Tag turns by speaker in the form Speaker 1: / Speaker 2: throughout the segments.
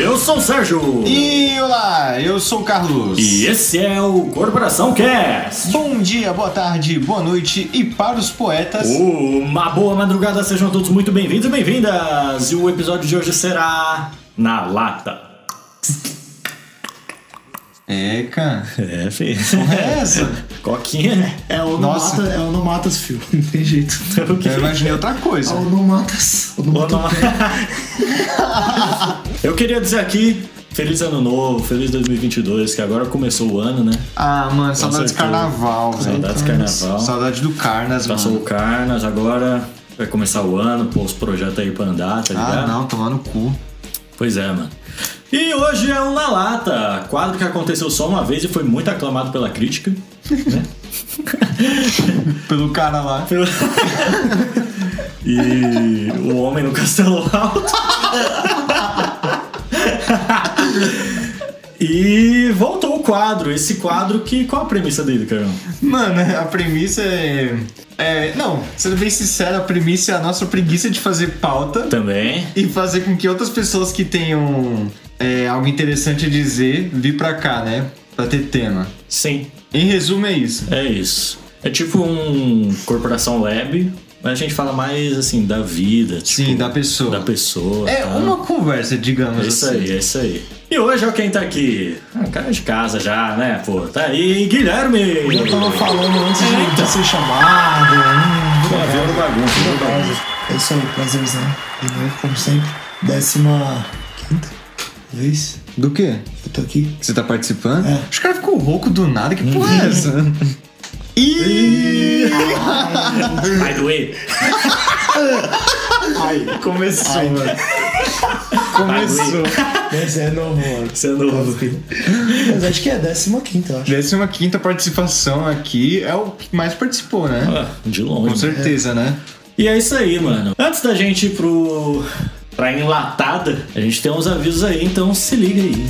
Speaker 1: Eu sou o Sérgio.
Speaker 2: E olá, eu sou o Carlos.
Speaker 1: E esse é o Corporação Cast.
Speaker 2: Bom dia, boa tarde, boa noite e para os poetas.
Speaker 1: Uma boa madrugada, sejam todos muito bem-vindos e bem-vindas. E o episódio de hoje será Na Lata.
Speaker 2: É, cara.
Speaker 1: É, filho.
Speaker 2: É essa.
Speaker 1: Coquinha.
Speaker 3: É o
Speaker 2: Nossa.
Speaker 3: Nomatas, é o Nomatas, filho. Não tem jeito.
Speaker 1: O que?
Speaker 2: Eu imaginei outra
Speaker 3: É
Speaker 2: coisa.
Speaker 3: o Nomatas. O
Speaker 1: Boa
Speaker 3: Nomatas.
Speaker 1: no- Eu queria dizer aqui, feliz ano novo, feliz 2022, que agora começou o ano, né?
Speaker 2: Ah, mano, saudades de
Speaker 1: certeza.
Speaker 2: carnaval, velho.
Speaker 1: Saudades de carnaval. Tá
Speaker 2: Saudade do Carnas,
Speaker 1: Passou
Speaker 2: mano.
Speaker 1: o Carnas, agora vai começar o ano, pô, os projetos aí pra andar, tá ligado?
Speaker 2: Ah, não, tomar no cu.
Speaker 1: Pois é, mano. E hoje é um Na Lata, quadro que aconteceu só uma vez e foi muito aclamado pela crítica. né?
Speaker 2: Pelo cara lá.
Speaker 1: E o homem no castelo alto. e voltou o quadro, esse quadro que. Qual a premissa dele, Carol?
Speaker 2: Mano, a premissa é. é- não, sendo bem sincero, a premissa é a nossa preguiça de fazer pauta
Speaker 1: Também.
Speaker 2: e fazer com que outras pessoas que tenham é, algo interessante a dizer vir pra cá, né? Pra ter tema.
Speaker 1: Sim,
Speaker 2: Em resumo, é isso.
Speaker 1: é isso. É tipo um Corporação Lab, mas a gente fala mais assim da vida, tipo,
Speaker 2: Sim, da pessoa.
Speaker 1: da pessoa.
Speaker 2: É
Speaker 1: tá?
Speaker 2: uma conversa, digamos
Speaker 1: É isso
Speaker 2: assim.
Speaker 1: aí, é isso aí. E hoje, ó, quem tá aqui? Ah, cara de casa já, né, pô? Tá aí, Guilherme!
Speaker 3: Eu tava falando antes de
Speaker 1: Eita.
Speaker 3: ser chamado. hum,
Speaker 1: Pô, virou bagunça, virou bagunça.
Speaker 3: É isso aí, prazerzão. De novo, como sempre. Décima quinta vez
Speaker 2: Do quê?
Speaker 3: que eu tô aqui.
Speaker 2: Você tá participando?
Speaker 3: É.
Speaker 2: Os caras ficam rouco do nada, que porra é essa? Ih!
Speaker 1: Vai doer!
Speaker 3: Ai,
Speaker 2: Começou,
Speaker 3: Ai.
Speaker 2: mano. Começou.
Speaker 3: esse é novo, mano.
Speaker 1: Você é novo.
Speaker 3: Mas acho que é a décima quinta, eu acho.
Speaker 2: Décima quinta participação aqui é o que mais participou, né?
Speaker 1: Ah, De
Speaker 2: Com
Speaker 1: longe.
Speaker 2: certeza, né?
Speaker 1: E é isso aí, mano. Antes da gente ir pro. pra enlatada, a gente tem uns avisos aí, então se liga aí.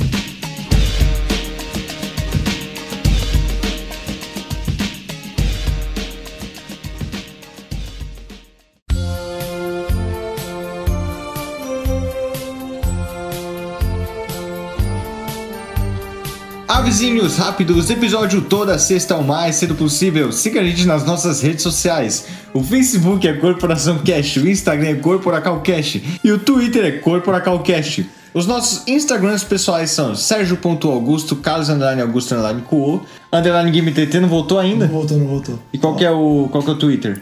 Speaker 2: Avisinhos rápidos, episódio toda sexta o mais cedo possível. Siga a gente nas nossas redes sociais. O Facebook é Corporação Cash, o Instagram é Corporacal Cash e o Twitter é Corporacal Cash. Os nossos Instagrams pessoais são sergio.augusto, carlos underline augusto underline cuo, underline game TT não voltou
Speaker 3: Não
Speaker 2: ainda?
Speaker 3: voltou, não voltou.
Speaker 2: E qual que é o, qual que é o Twitter?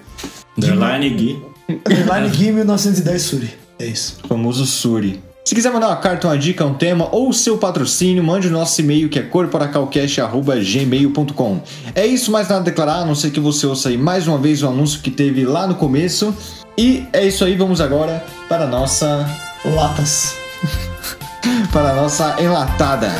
Speaker 1: Underline Gui.
Speaker 3: Underline Gui 1910 Suri. É isso.
Speaker 2: O famoso Suri. Se quiser mandar uma carta, uma dica, um tema ou o seu patrocínio, mande o nosso e-mail que é corporacalcast.gmail.com. É isso, mais nada a declarar, a não ser que você ouça aí mais uma vez o anúncio que teve lá no começo. E é isso aí, vamos agora para a nossa,
Speaker 3: Latas.
Speaker 2: para a nossa enlatada.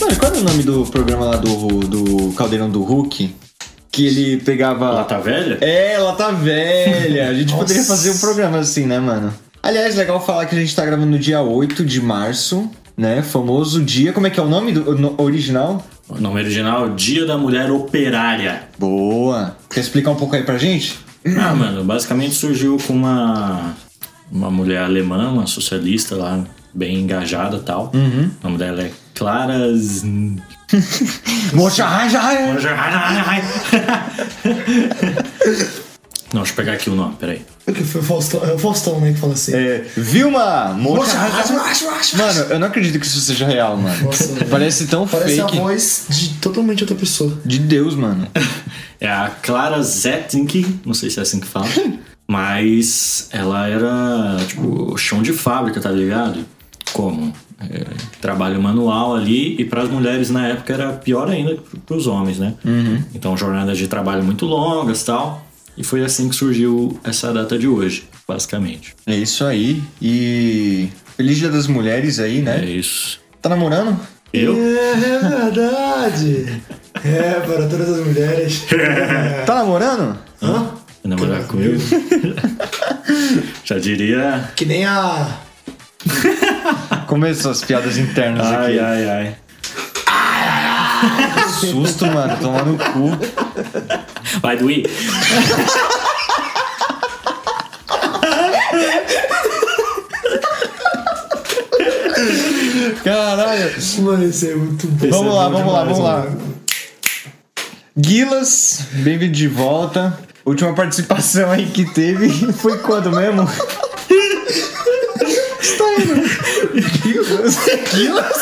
Speaker 2: Mano, qual era o nome do programa lá do, do Caldeirão do Hulk? Que ele pegava...
Speaker 1: Ela tá velha?
Speaker 2: É, ela tá velha. A gente
Speaker 3: Nossa.
Speaker 2: poderia fazer um programa assim, né, mano? Aliás, legal falar que a gente tá gravando no dia 8 de março, né? Famoso dia. Como é que é o nome do o no- original?
Speaker 1: O nome original: Dia da Mulher Operária.
Speaker 2: Boa. Quer explicar um pouco aí pra gente?
Speaker 1: Ah, mano, basicamente surgiu com uma, uma mulher alemã, uma socialista lá, bem engajada e tal. O nome dela é Clara Zn-
Speaker 2: Mocha Rai, já é.
Speaker 1: Não, deixa eu pegar aqui o nome, peraí.
Speaker 3: O que foi o Faustão? É o Faustão, né, que fala assim.
Speaker 2: É, Vilma Mocha Rai, já- Mano,
Speaker 3: Mano,
Speaker 2: eu não acredito que isso seja real, mano.
Speaker 3: Nossa, velho.
Speaker 2: Parece tão
Speaker 3: parece
Speaker 2: fake.
Speaker 3: a voz de totalmente outra pessoa.
Speaker 2: De Deus, mano.
Speaker 1: É a Clara Zetkin, não sei se é assim que fala. Mas ela era, tipo, chão de fábrica, tá ligado? Como? É, trabalho manual ali, e para as mulheres na época era pior ainda que para os homens, né?
Speaker 3: Uhum.
Speaker 1: Então, jornadas de trabalho muito longas tal. E foi assim que surgiu essa data de hoje, basicamente.
Speaker 2: É isso aí. E. Feliz Dia das Mulheres aí,
Speaker 1: É
Speaker 2: né?
Speaker 1: isso.
Speaker 2: Tá namorando?
Speaker 1: Eu?
Speaker 3: É verdade. É, para todas as mulheres.
Speaker 2: Tá namorando?
Speaker 3: Hã?
Speaker 1: Namorar comigo? Já diria.
Speaker 3: Que nem a.
Speaker 2: Começou as piadas internas
Speaker 1: Ai,
Speaker 2: aqui.
Speaker 1: ai, ai.
Speaker 2: Que Susto, mano. Tomar no cu.
Speaker 1: Vai doer?
Speaker 2: Caralho.
Speaker 3: Mano, esse é muito bom.
Speaker 2: Vamos lá, vamos lá,
Speaker 3: demais,
Speaker 2: vamos lá.
Speaker 3: mano.
Speaker 2: Guilas, bem-vindo de volta. Última participação aí que teve foi quando mesmo? Está indo. Guilas? Guilas?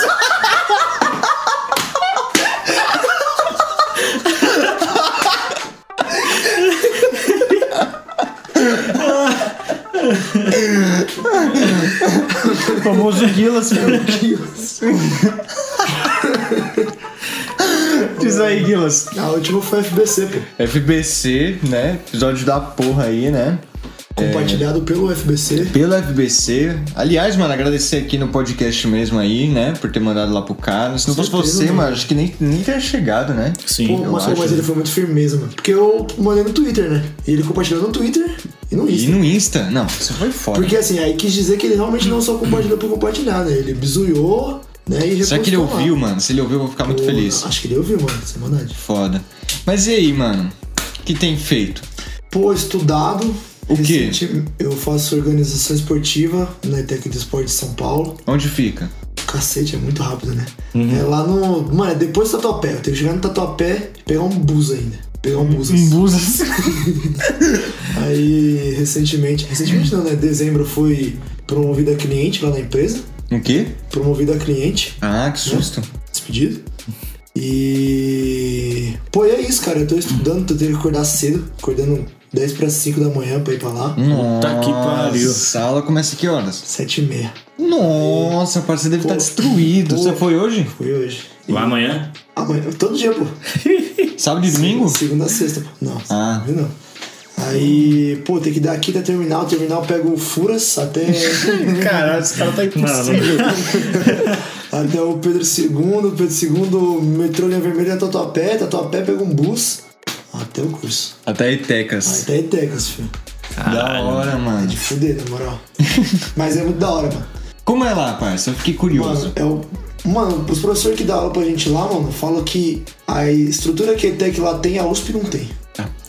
Speaker 2: O famoso Guilas, meu Deus. Diz aí, Guilas.
Speaker 3: A última Ah, foi FBC, pô.
Speaker 2: FBC, né? Episódio da porra aí, né?
Speaker 3: Compartilhado pelo FBC.
Speaker 2: Pelo FBC. Aliás, mano, agradecer aqui no podcast mesmo aí, né? Por ter mandado lá pro cara. Se não fosse
Speaker 3: Certeza,
Speaker 2: você,
Speaker 3: mano.
Speaker 2: mano, acho que nem, nem teria chegado, né?
Speaker 1: Sim.
Speaker 3: Pô, mas,
Speaker 2: acho.
Speaker 3: mas ele foi muito firmeza, mano. Porque eu mandei no Twitter, né? E ele compartilhou no Twitter e no
Speaker 2: E
Speaker 3: Insta.
Speaker 2: no Insta? Não, isso foi foda.
Speaker 3: Porque assim, aí quis dizer que ele realmente não só compartilhou por compartilhar, né? Ele bizuiou, né? E
Speaker 2: Será que ele
Speaker 3: repostou lá.
Speaker 2: ouviu, mano? Se ele ouviu, eu vou ficar muito
Speaker 3: Pô,
Speaker 2: feliz.
Speaker 3: Acho que ele ouviu, mano. Sem maldade.
Speaker 2: Foda. Mas e aí, mano? O que tem feito?
Speaker 3: Pô, estudado.
Speaker 2: O quê?
Speaker 3: Recente- Eu faço organização esportiva na ETEC do Esporte de São Paulo.
Speaker 2: Onde fica?
Speaker 3: Cacete, é muito rápido, né? É lá no. Mano, é depois do Tatuapé. Eu tenho que chegar no Tatuapé e pegar um bus ainda. Pegar um bus.
Speaker 2: Uhum. Buzas.
Speaker 3: Aí, recentemente. Recentemente não, né? Dezembro eu fui promovido a cliente lá na empresa.
Speaker 2: O quê?
Speaker 3: Promovido a cliente.
Speaker 2: Ah, que susto.
Speaker 3: despedido. E. Pô, e é isso, cara. Eu tô estudando, tô tendo que acordar cedo, acordando 10 para 5 da manhã pra ir pra lá.
Speaker 2: Hum.
Speaker 1: Puta que pariu.
Speaker 2: Nossa, A aula começa que horas?
Speaker 3: 7 e meia.
Speaker 2: Nossa, parceiro, você deve estar
Speaker 3: Pô.
Speaker 2: destruído.
Speaker 3: Pô.
Speaker 2: Você foi hoje?
Speaker 3: Foi hoje. E
Speaker 1: Lá amanhã?
Speaker 3: amanhã, todo dia, pô.
Speaker 2: Sábado e domingo?
Speaker 3: Segunda a sexta, pô. Não,
Speaker 2: Ah.
Speaker 3: viu, não. Aí, pô, tem que dar aqui da terminal, terminal pega o Furas até,
Speaker 2: Caralho, esse cara tá
Speaker 1: impossível.
Speaker 3: até o Pedro II, Pedro II, metrô linha vermelha, Tatuapé, Tatuapé pega um bus até o curso.
Speaker 2: Até Itecas.
Speaker 3: Até Itecas, filho.
Speaker 2: Da hora, mano.
Speaker 3: Fuder, na moral. Mas é muito da hora, mano.
Speaker 2: Como é lá, parça? Eu fiquei curioso.
Speaker 3: Mano, é o. Mano, os professores que dão aula pra gente lá, mano, falam que a estrutura que a ETEC lá tem, a USP não tem.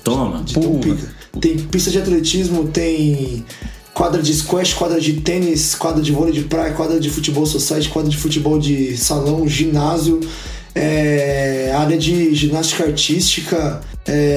Speaker 1: Toma.
Speaker 3: De tão
Speaker 2: Porra.
Speaker 3: pica. Tem pista de atletismo, tem quadra de squash, quadra de tênis, quadra de vôlei de praia, quadra de futebol society, quadra de futebol de salão, ginásio, é, área de ginástica artística,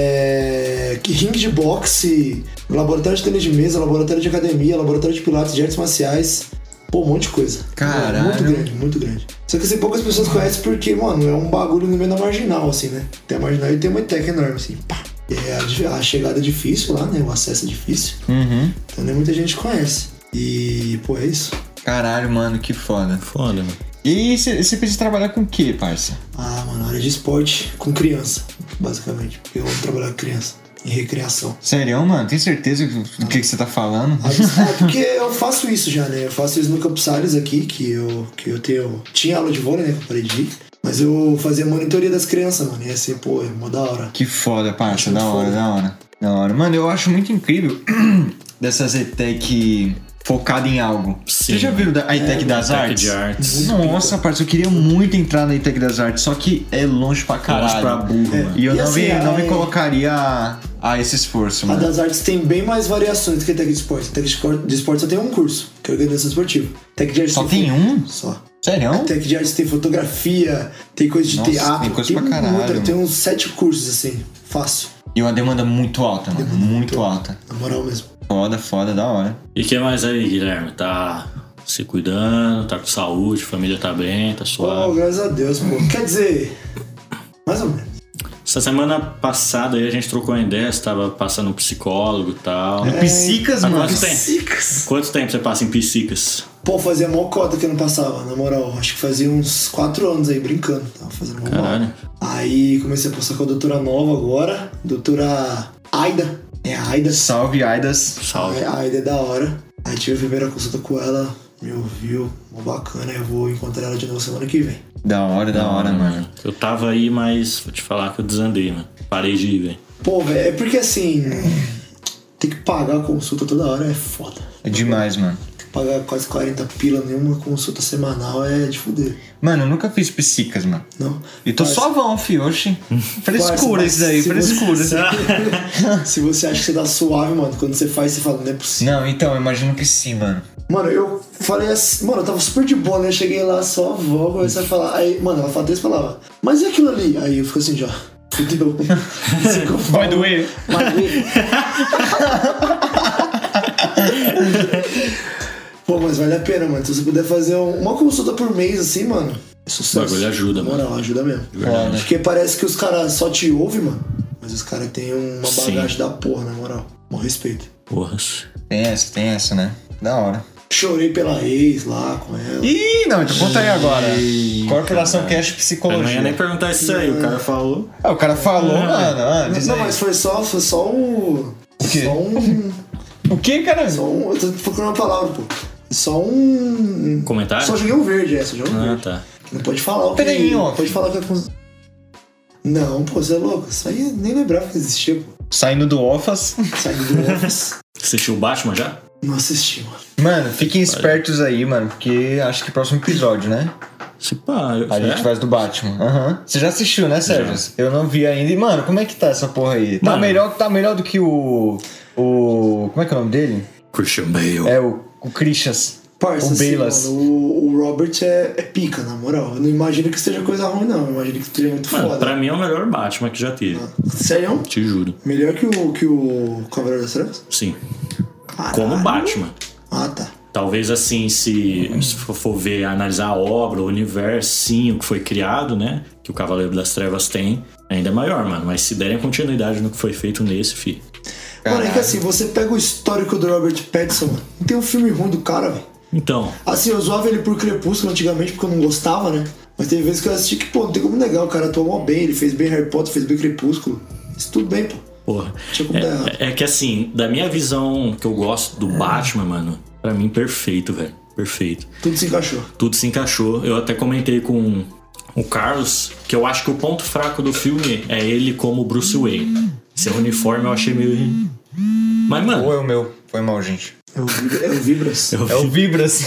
Speaker 3: é, que- ringue de boxe, laboratório de tênis de mesa, laboratório de academia, laboratório de pilates, de artes marciais. Pô, um monte de coisa.
Speaker 2: Caralho.
Speaker 3: Muito grande, muito grande. Só que assim, poucas pessoas conhecem porque, mano, é um bagulho no meio da marginal, assim, né? Tem a marginal e tem uma tech enorme, assim, pá. E é a di- a, chegada é difícil lá, né? O acesso é difícil.
Speaker 2: Uhum.
Speaker 3: Então nem muita gente conhece. E, pô, é isso.
Speaker 2: Caralho, mano, que foda.
Speaker 1: Foda, né? mano.
Speaker 2: E você você pensa em trabalhar com o quê, parça?
Speaker 3: Ah, mano, área de esporte com criança, basicamente. Porque eu amo trabalhar com criança, em recreação.
Speaker 2: Sério, mano? Tem certeza do que que você tá falando?
Speaker 3: Ah, é porque eu faço isso já, né? Eu faço isso no Campos Salles aqui, que eu, que eu tenho. Tinha aula de vôlei, né? Que eu parei de ir. Mas eu fazia monitoria das crianças, mano. E assim, pô, é mó da hora.
Speaker 2: Que foda, parça.
Speaker 3: Acho
Speaker 2: Da
Speaker 3: muito
Speaker 2: hora,
Speaker 3: foda.
Speaker 2: da hora. Da hora. Mano, eu acho muito incrível dessa Zetec focada em algo.
Speaker 1: Sim.
Speaker 2: Você já viu da- a Itec das
Speaker 1: Tech
Speaker 2: Artes?
Speaker 1: de artes.
Speaker 2: Nossa, parça, eu queria muito entrar na Itec das Artes, só que é longe pra caralho.
Speaker 1: Longe pra tá burro, mano.
Speaker 2: E eu
Speaker 3: E
Speaker 2: não,
Speaker 3: assim,
Speaker 2: me, não me
Speaker 3: é-
Speaker 2: colocaria a, a esse esforço,
Speaker 3: A
Speaker 2: mano.
Speaker 3: das artes tem bem mais variações do que a técnica de esporte. A técnica de esporte só tem um curso, que é organização esportiva. Tec de artes
Speaker 2: Só tem um?
Speaker 3: Só.
Speaker 2: Sério?
Speaker 3: Tec de artes tem fotografia, tem coisa de
Speaker 2: Nossa,
Speaker 3: teatro.
Speaker 2: tem coisa pra
Speaker 3: muita-
Speaker 2: caralho.
Speaker 3: tem uns sete cursos, assim, fácil.
Speaker 2: E uma demanda muito alta, mano. Muito alta.
Speaker 3: Na moral mesmo.
Speaker 2: Foda, foda, da hora.
Speaker 1: E o que mais aí, Guilherme? Tá se cuidando, tá com saúde, família tá bem, tá
Speaker 3: Oh,
Speaker 1: suave.
Speaker 3: graças a Deus, pô. Quer dizer, mais ou menos.
Speaker 1: Essa semana passada aí a gente trocou uma ideia, você tava passando um psicólogo e tal.
Speaker 3: É,
Speaker 2: Psicas,
Speaker 1: Agora
Speaker 2: mano.
Speaker 1: você tem.
Speaker 3: Sicas.
Speaker 1: Quanto tempo você passa em psicas?
Speaker 3: Pô, fazia mó cota que eu não passava, na moral. Acho que fazia uns quatro anos aí brincando. Tava fazendo mó mal.
Speaker 1: Caralho.
Speaker 3: Aí comecei a passar com a doutora nova agora, doutora Aida. É a Aida.
Speaker 2: Salve, Aidas.
Speaker 1: Salve.
Speaker 3: A Aida é da hora. Aí tive a primeira consulta com ela, me ouviu, mó bacana. Eu vou encontrar ela de novo semana que vem.
Speaker 2: Da hora, da hora, mano.
Speaker 1: Eu tava aí, mas vou te falar que eu desandei, mano. Parei de ir, velho.
Speaker 3: Pô, velho, é porque assim. Tem que pagar a consulta toda hora é foda.
Speaker 2: É demais, mano.
Speaker 3: Tem que pagar quase 40 pila nenhuma consulta semanal é de fuder.
Speaker 2: Mano, eu nunca fiz psicas, mano.
Speaker 3: Não.
Speaker 2: E tô
Speaker 3: Parça,
Speaker 2: só vão, fio. oxi.
Speaker 3: parça,
Speaker 2: Frescura
Speaker 3: mas
Speaker 2: isso daí,
Speaker 3: se você-
Speaker 2: frescura.
Speaker 3: Se você acha que você dá suave, mano, quando você faz, você fala, não é possível.
Speaker 2: Não, então, eu imagino que sim, mano.
Speaker 3: Mano, eu falei assim, mano, eu tava super de boa, né? Cheguei lá, só a avó começou a falar. Aí, mano, ela fala três palavras. Mas e aquilo ali? Aí eu fico assim, já. Fudeu.
Speaker 2: By the way.
Speaker 3: Pô, mas vale a pena, mano. Se você puder fazer um- uma consulta por mês, assim, mano, é sucesso.
Speaker 1: O bagulho ajuda,
Speaker 3: Na Moral, ajuda mesmo.
Speaker 2: Foda.
Speaker 3: Porque parece que os caras só te ouvem, mano. Mas os caras têm uma
Speaker 1: Sim.
Speaker 3: bagagem da porra, na moral. Bom respeito.
Speaker 1: Porra.
Speaker 2: Tem essa, tem essa, né? Da hora.
Speaker 3: Chorei pela ex lá com ela.
Speaker 2: Ih, não, então conta aí agora. Corporação é Cash
Speaker 1: Eu não ia nem
Speaker 2: Psicologia.
Speaker 1: perguntar isso aí,
Speaker 3: é.
Speaker 1: o cara falou.
Speaker 2: Ah, o cara falou, mano. Ah, diz
Speaker 3: não,
Speaker 2: aí.
Speaker 3: mas foi só, foi só um.
Speaker 2: quê?
Speaker 3: Só um.
Speaker 2: O que, cara?
Speaker 3: Só um. Eu tô procurando uma palavra, pô. Só um.
Speaker 1: Comentário?
Speaker 3: Só joguei um verde, é, só joguei um
Speaker 1: Ah,
Speaker 3: verde.
Speaker 1: tá.
Speaker 3: Não pode falar o que.
Speaker 2: Peraí, ó.
Speaker 3: Pode falar que é cons... Não, pô, você é louco. Isso aí eu nem lembrava que existia, pô.
Speaker 2: Saindo do Office.
Speaker 3: Saindo do Office.
Speaker 1: Assistiu o Batman já?
Speaker 3: Não assisti, mano.
Speaker 2: Mano, fiquem espertos aí, mano, porque acho que próximo episódio, né?
Speaker 1: Se pá, eu-
Speaker 2: A gente
Speaker 1: é?
Speaker 2: faz do Batman. Aham. Você já assistiu, né, Sérgio? Eu não vi ainda. E, mano, como é que tá essa porra aí? Tá,
Speaker 1: Mano.
Speaker 2: melhor, tá melhor do que o. O. Como é que é o nome dele?
Speaker 1: Christian Bale.
Speaker 2: É o, o Christias.
Speaker 3: Parça,
Speaker 2: O
Speaker 3: assim,
Speaker 2: Bayless.
Speaker 3: mano, o, o Robert é, é pica, na moral. Eu não imagino que seja coisa ruim, não. Eu imagino que seja muito
Speaker 1: Mano,
Speaker 3: foda.
Speaker 1: pra mim é o melhor Batman que já teve.
Speaker 3: Sério?
Speaker 1: Te juro.
Speaker 3: Melhor que o, que o Cavaleiro das Trevas?
Speaker 1: Sim.
Speaker 3: Caralho.
Speaker 1: Como Batman.
Speaker 3: Ah, tá.
Speaker 1: Talvez assim, se, se for- for ver, analisar a obra, o universo, sim, o que foi criado, né? Que o Cavaleiro das Trevas tem, ainda é maior, mano. Mas se derem continuidade no que foi feito nesse, fi.
Speaker 3: Mano, é que assim, você pega o histórico do Robert Pattinson, mano. Não tem um filme ruim do cara, velho.
Speaker 1: Então,
Speaker 3: Assim, eu zoava ele por Crepúsculo antigamente porque eu não gostava, né? Mas teve vezes que eu assisti que, pô, não tem como negar, o cara atuou mó bem, ele fez bem Harry Potter, fez bem Crepúsculo. Isso tudo bem, pô.
Speaker 1: porra.
Speaker 3: Tinha como dar errado.
Speaker 1: É, é que assim, da minha visão que eu gosto do Batman, mano, pra mim perfeito, velho. Perfeito.
Speaker 3: Tudo se encaixou.
Speaker 1: tudo se encaixou. Eu até comentei com o Carlos que eu acho que o ponto fraco do filme é ele como Bruce Wayne. Seu uniforme eu achei meio. Mas, mano,
Speaker 2: Ou é o meu? Foi mal, gente.
Speaker 3: É o, Vibra- é o Vibras.
Speaker 1: eu
Speaker 2: É o Vibras.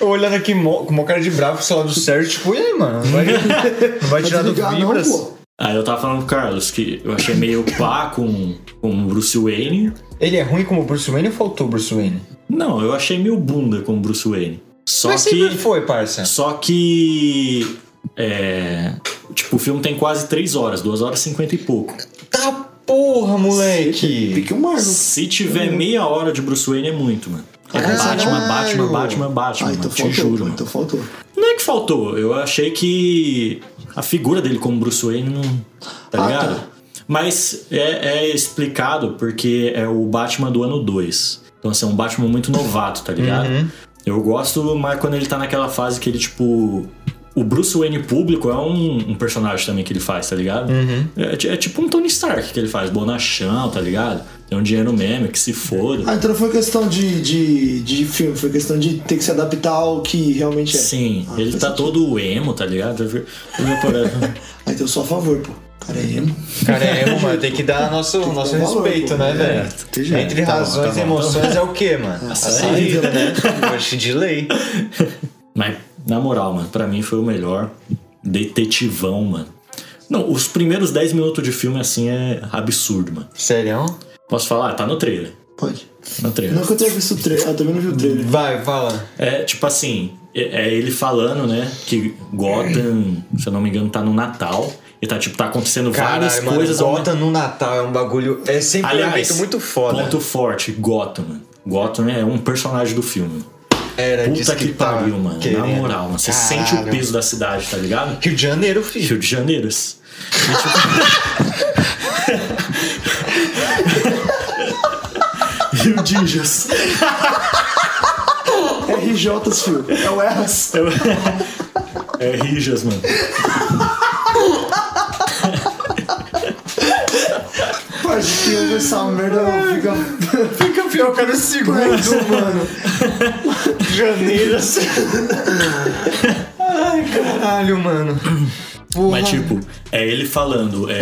Speaker 2: Eu olhando aqui mo- com uma cara de bravo pro celular do Sérgio, tipo, e aí, mano? Vai, não vai tirar do
Speaker 3: Desligar,
Speaker 2: Vibras?
Speaker 3: Tá Não, pô.
Speaker 1: Aí eu tava falando com o Carlos que eu achei meio pá com, com o Bruce Wayne.
Speaker 2: Ele é ruim como Bruce Wayne ou faltou Bruce Wayne?
Speaker 1: Não, eu achei meio bunda com o Bruce Wayne. Só
Speaker 2: Mas
Speaker 1: que.
Speaker 2: sempre foi, parça.
Speaker 1: Só que. É. Tipo, o filme tem quase 3 horas, 2 horas e 50 e pouco.
Speaker 2: Tá porra, moleque!
Speaker 3: Pique o Marvel.
Speaker 1: Se tiver meia hora de Bruce Wayne é muito, mano. É Batman,
Speaker 2: Caralho!
Speaker 1: Batman, Batman, Batman,
Speaker 3: Ah,
Speaker 1: mano.
Speaker 3: então
Speaker 1: Te
Speaker 3: faltou,
Speaker 1: juro,
Speaker 3: pô,
Speaker 1: mano.
Speaker 3: então faltou.
Speaker 1: Não é que faltou, eu achei que a figura dele como Bruce Wayne não. Tá
Speaker 3: Ah,
Speaker 1: ligado?
Speaker 3: tá.
Speaker 1: Mas é, é explicado porque é o Batman do ano 2. Então, assim, é um Batman muito novato, tá ligado?
Speaker 3: Uhum.
Speaker 1: Eu gosto mais quando ele tá naquela fase que ele, tipo. O Bruce Wayne público é um, um personagem também que ele faz, tá ligado?
Speaker 3: Uhum.
Speaker 1: É, ti- é tipo um Tony Stark que ele faz, bonachão, tá ligado? Tem um dinheiro mesmo, que se foda.
Speaker 3: Ah, então não foi questão de, de, de filme, foi questão de ter que se adaptar ao que realmente é.
Speaker 1: Sim,
Speaker 3: Ah,
Speaker 1: ele
Speaker 3: faz
Speaker 1: tá
Speaker 3: sentido.
Speaker 1: todo emo, tá ligado? Eu vi- eu vi por-
Speaker 3: Ah, então eu sou a favor, pô. O cara é emo.
Speaker 2: Cara, é emo, mano. Tem que dar nosso, nosso
Speaker 3: dar valor,
Speaker 2: respeito,
Speaker 3: pô.
Speaker 2: né,
Speaker 3: É, tem
Speaker 2: velho?
Speaker 3: jeito.
Speaker 2: Entre
Speaker 3: Tá bom,
Speaker 2: razões
Speaker 3: tá
Speaker 2: e
Speaker 3: bom. é
Speaker 2: emoções é o quê, mano? A saída, né? Poxa, de lei.
Speaker 1: Mas, na moral, mano, pra mim foi o melhor. Detetivão, mano. Não, os primeiros 10 minutos de filme, assim, é absurdo, mano.
Speaker 2: Sério?
Speaker 1: Posso falar? Tá no trailer. tá
Speaker 3: Pode.
Speaker 1: No trailer.
Speaker 3: Nunca eu tenha visto o trailer. Ah, eu também não vi o trailer.
Speaker 2: Vai, fala.
Speaker 1: É, tipo assim, é é ele falando, né, que Gotham, se eu não me engano, tá no Natal. E tá, tipo, tá acontecendo várias
Speaker 2: Caralho, mano,
Speaker 1: coisas. ao
Speaker 2: Gotham no Natal é um bagulho... É sempre um
Speaker 1: Aliás,
Speaker 2: evento muito foda.
Speaker 1: Ponto forte, Gotham, mano. Gotham é um personagem do filme.
Speaker 2: Era disso
Speaker 1: Puta que,
Speaker 2: tava
Speaker 1: pariu, mano.
Speaker 2: tá querendo.
Speaker 1: Na moral, mano. Você
Speaker 2: Caralho.
Speaker 1: sente o peso da cidade, tá ligado?
Speaker 2: Rio de Janeiro, filho.
Speaker 1: Rio de Janeiro. Rio Dijas.
Speaker 3: RJ, filho. É o Eras.
Speaker 1: É Rijas, mano.
Speaker 3: Pode ter essa merda, fica
Speaker 2: Fica pior cada segundo.
Speaker 3: preso, mano.
Speaker 2: Janeiro, assim.
Speaker 4: Ai, caralho, mano. Porra.
Speaker 1: Mas, tipo, é ele falando. é,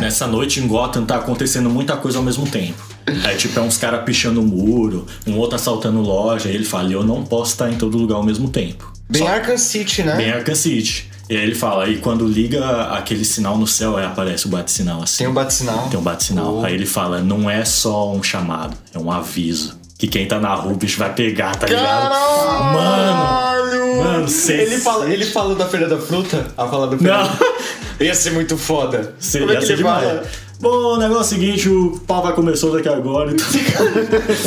Speaker 1: nessa noite em Gotham tá acontecendo muita coisa ao mesmo tempo. Aí, tipo, é uns caras pichando o muro, um outro assaltando loja. Aí ele fala: Eu não posso estar em todo lugar ao mesmo tempo.
Speaker 2: Bem Arkham City, né?
Speaker 1: Bem Arkham City. E aí ele fala, e quando liga aquele sinal no céu, aí aparece o bate-sinal assim.
Speaker 2: Tem um bate-sinal.
Speaker 1: Tem um bate-sinal. Aí ele fala, não é só um chamado, é um aviso. Que quem tá na rua, o bicho vai pegar, tá ligado? Mano! Mano, cê-
Speaker 2: ele, fala, ele falou da Feira da Fruta? A fala da Feira
Speaker 1: Não.
Speaker 2: da Fruta. Ia ser muito foda. Como
Speaker 1: Seria
Speaker 2: é que
Speaker 1: assim
Speaker 2: ele
Speaker 1: demais.
Speaker 2: fala?
Speaker 1: Bom, o negócio é o seguinte, o pau vai começar daqui agora. Então...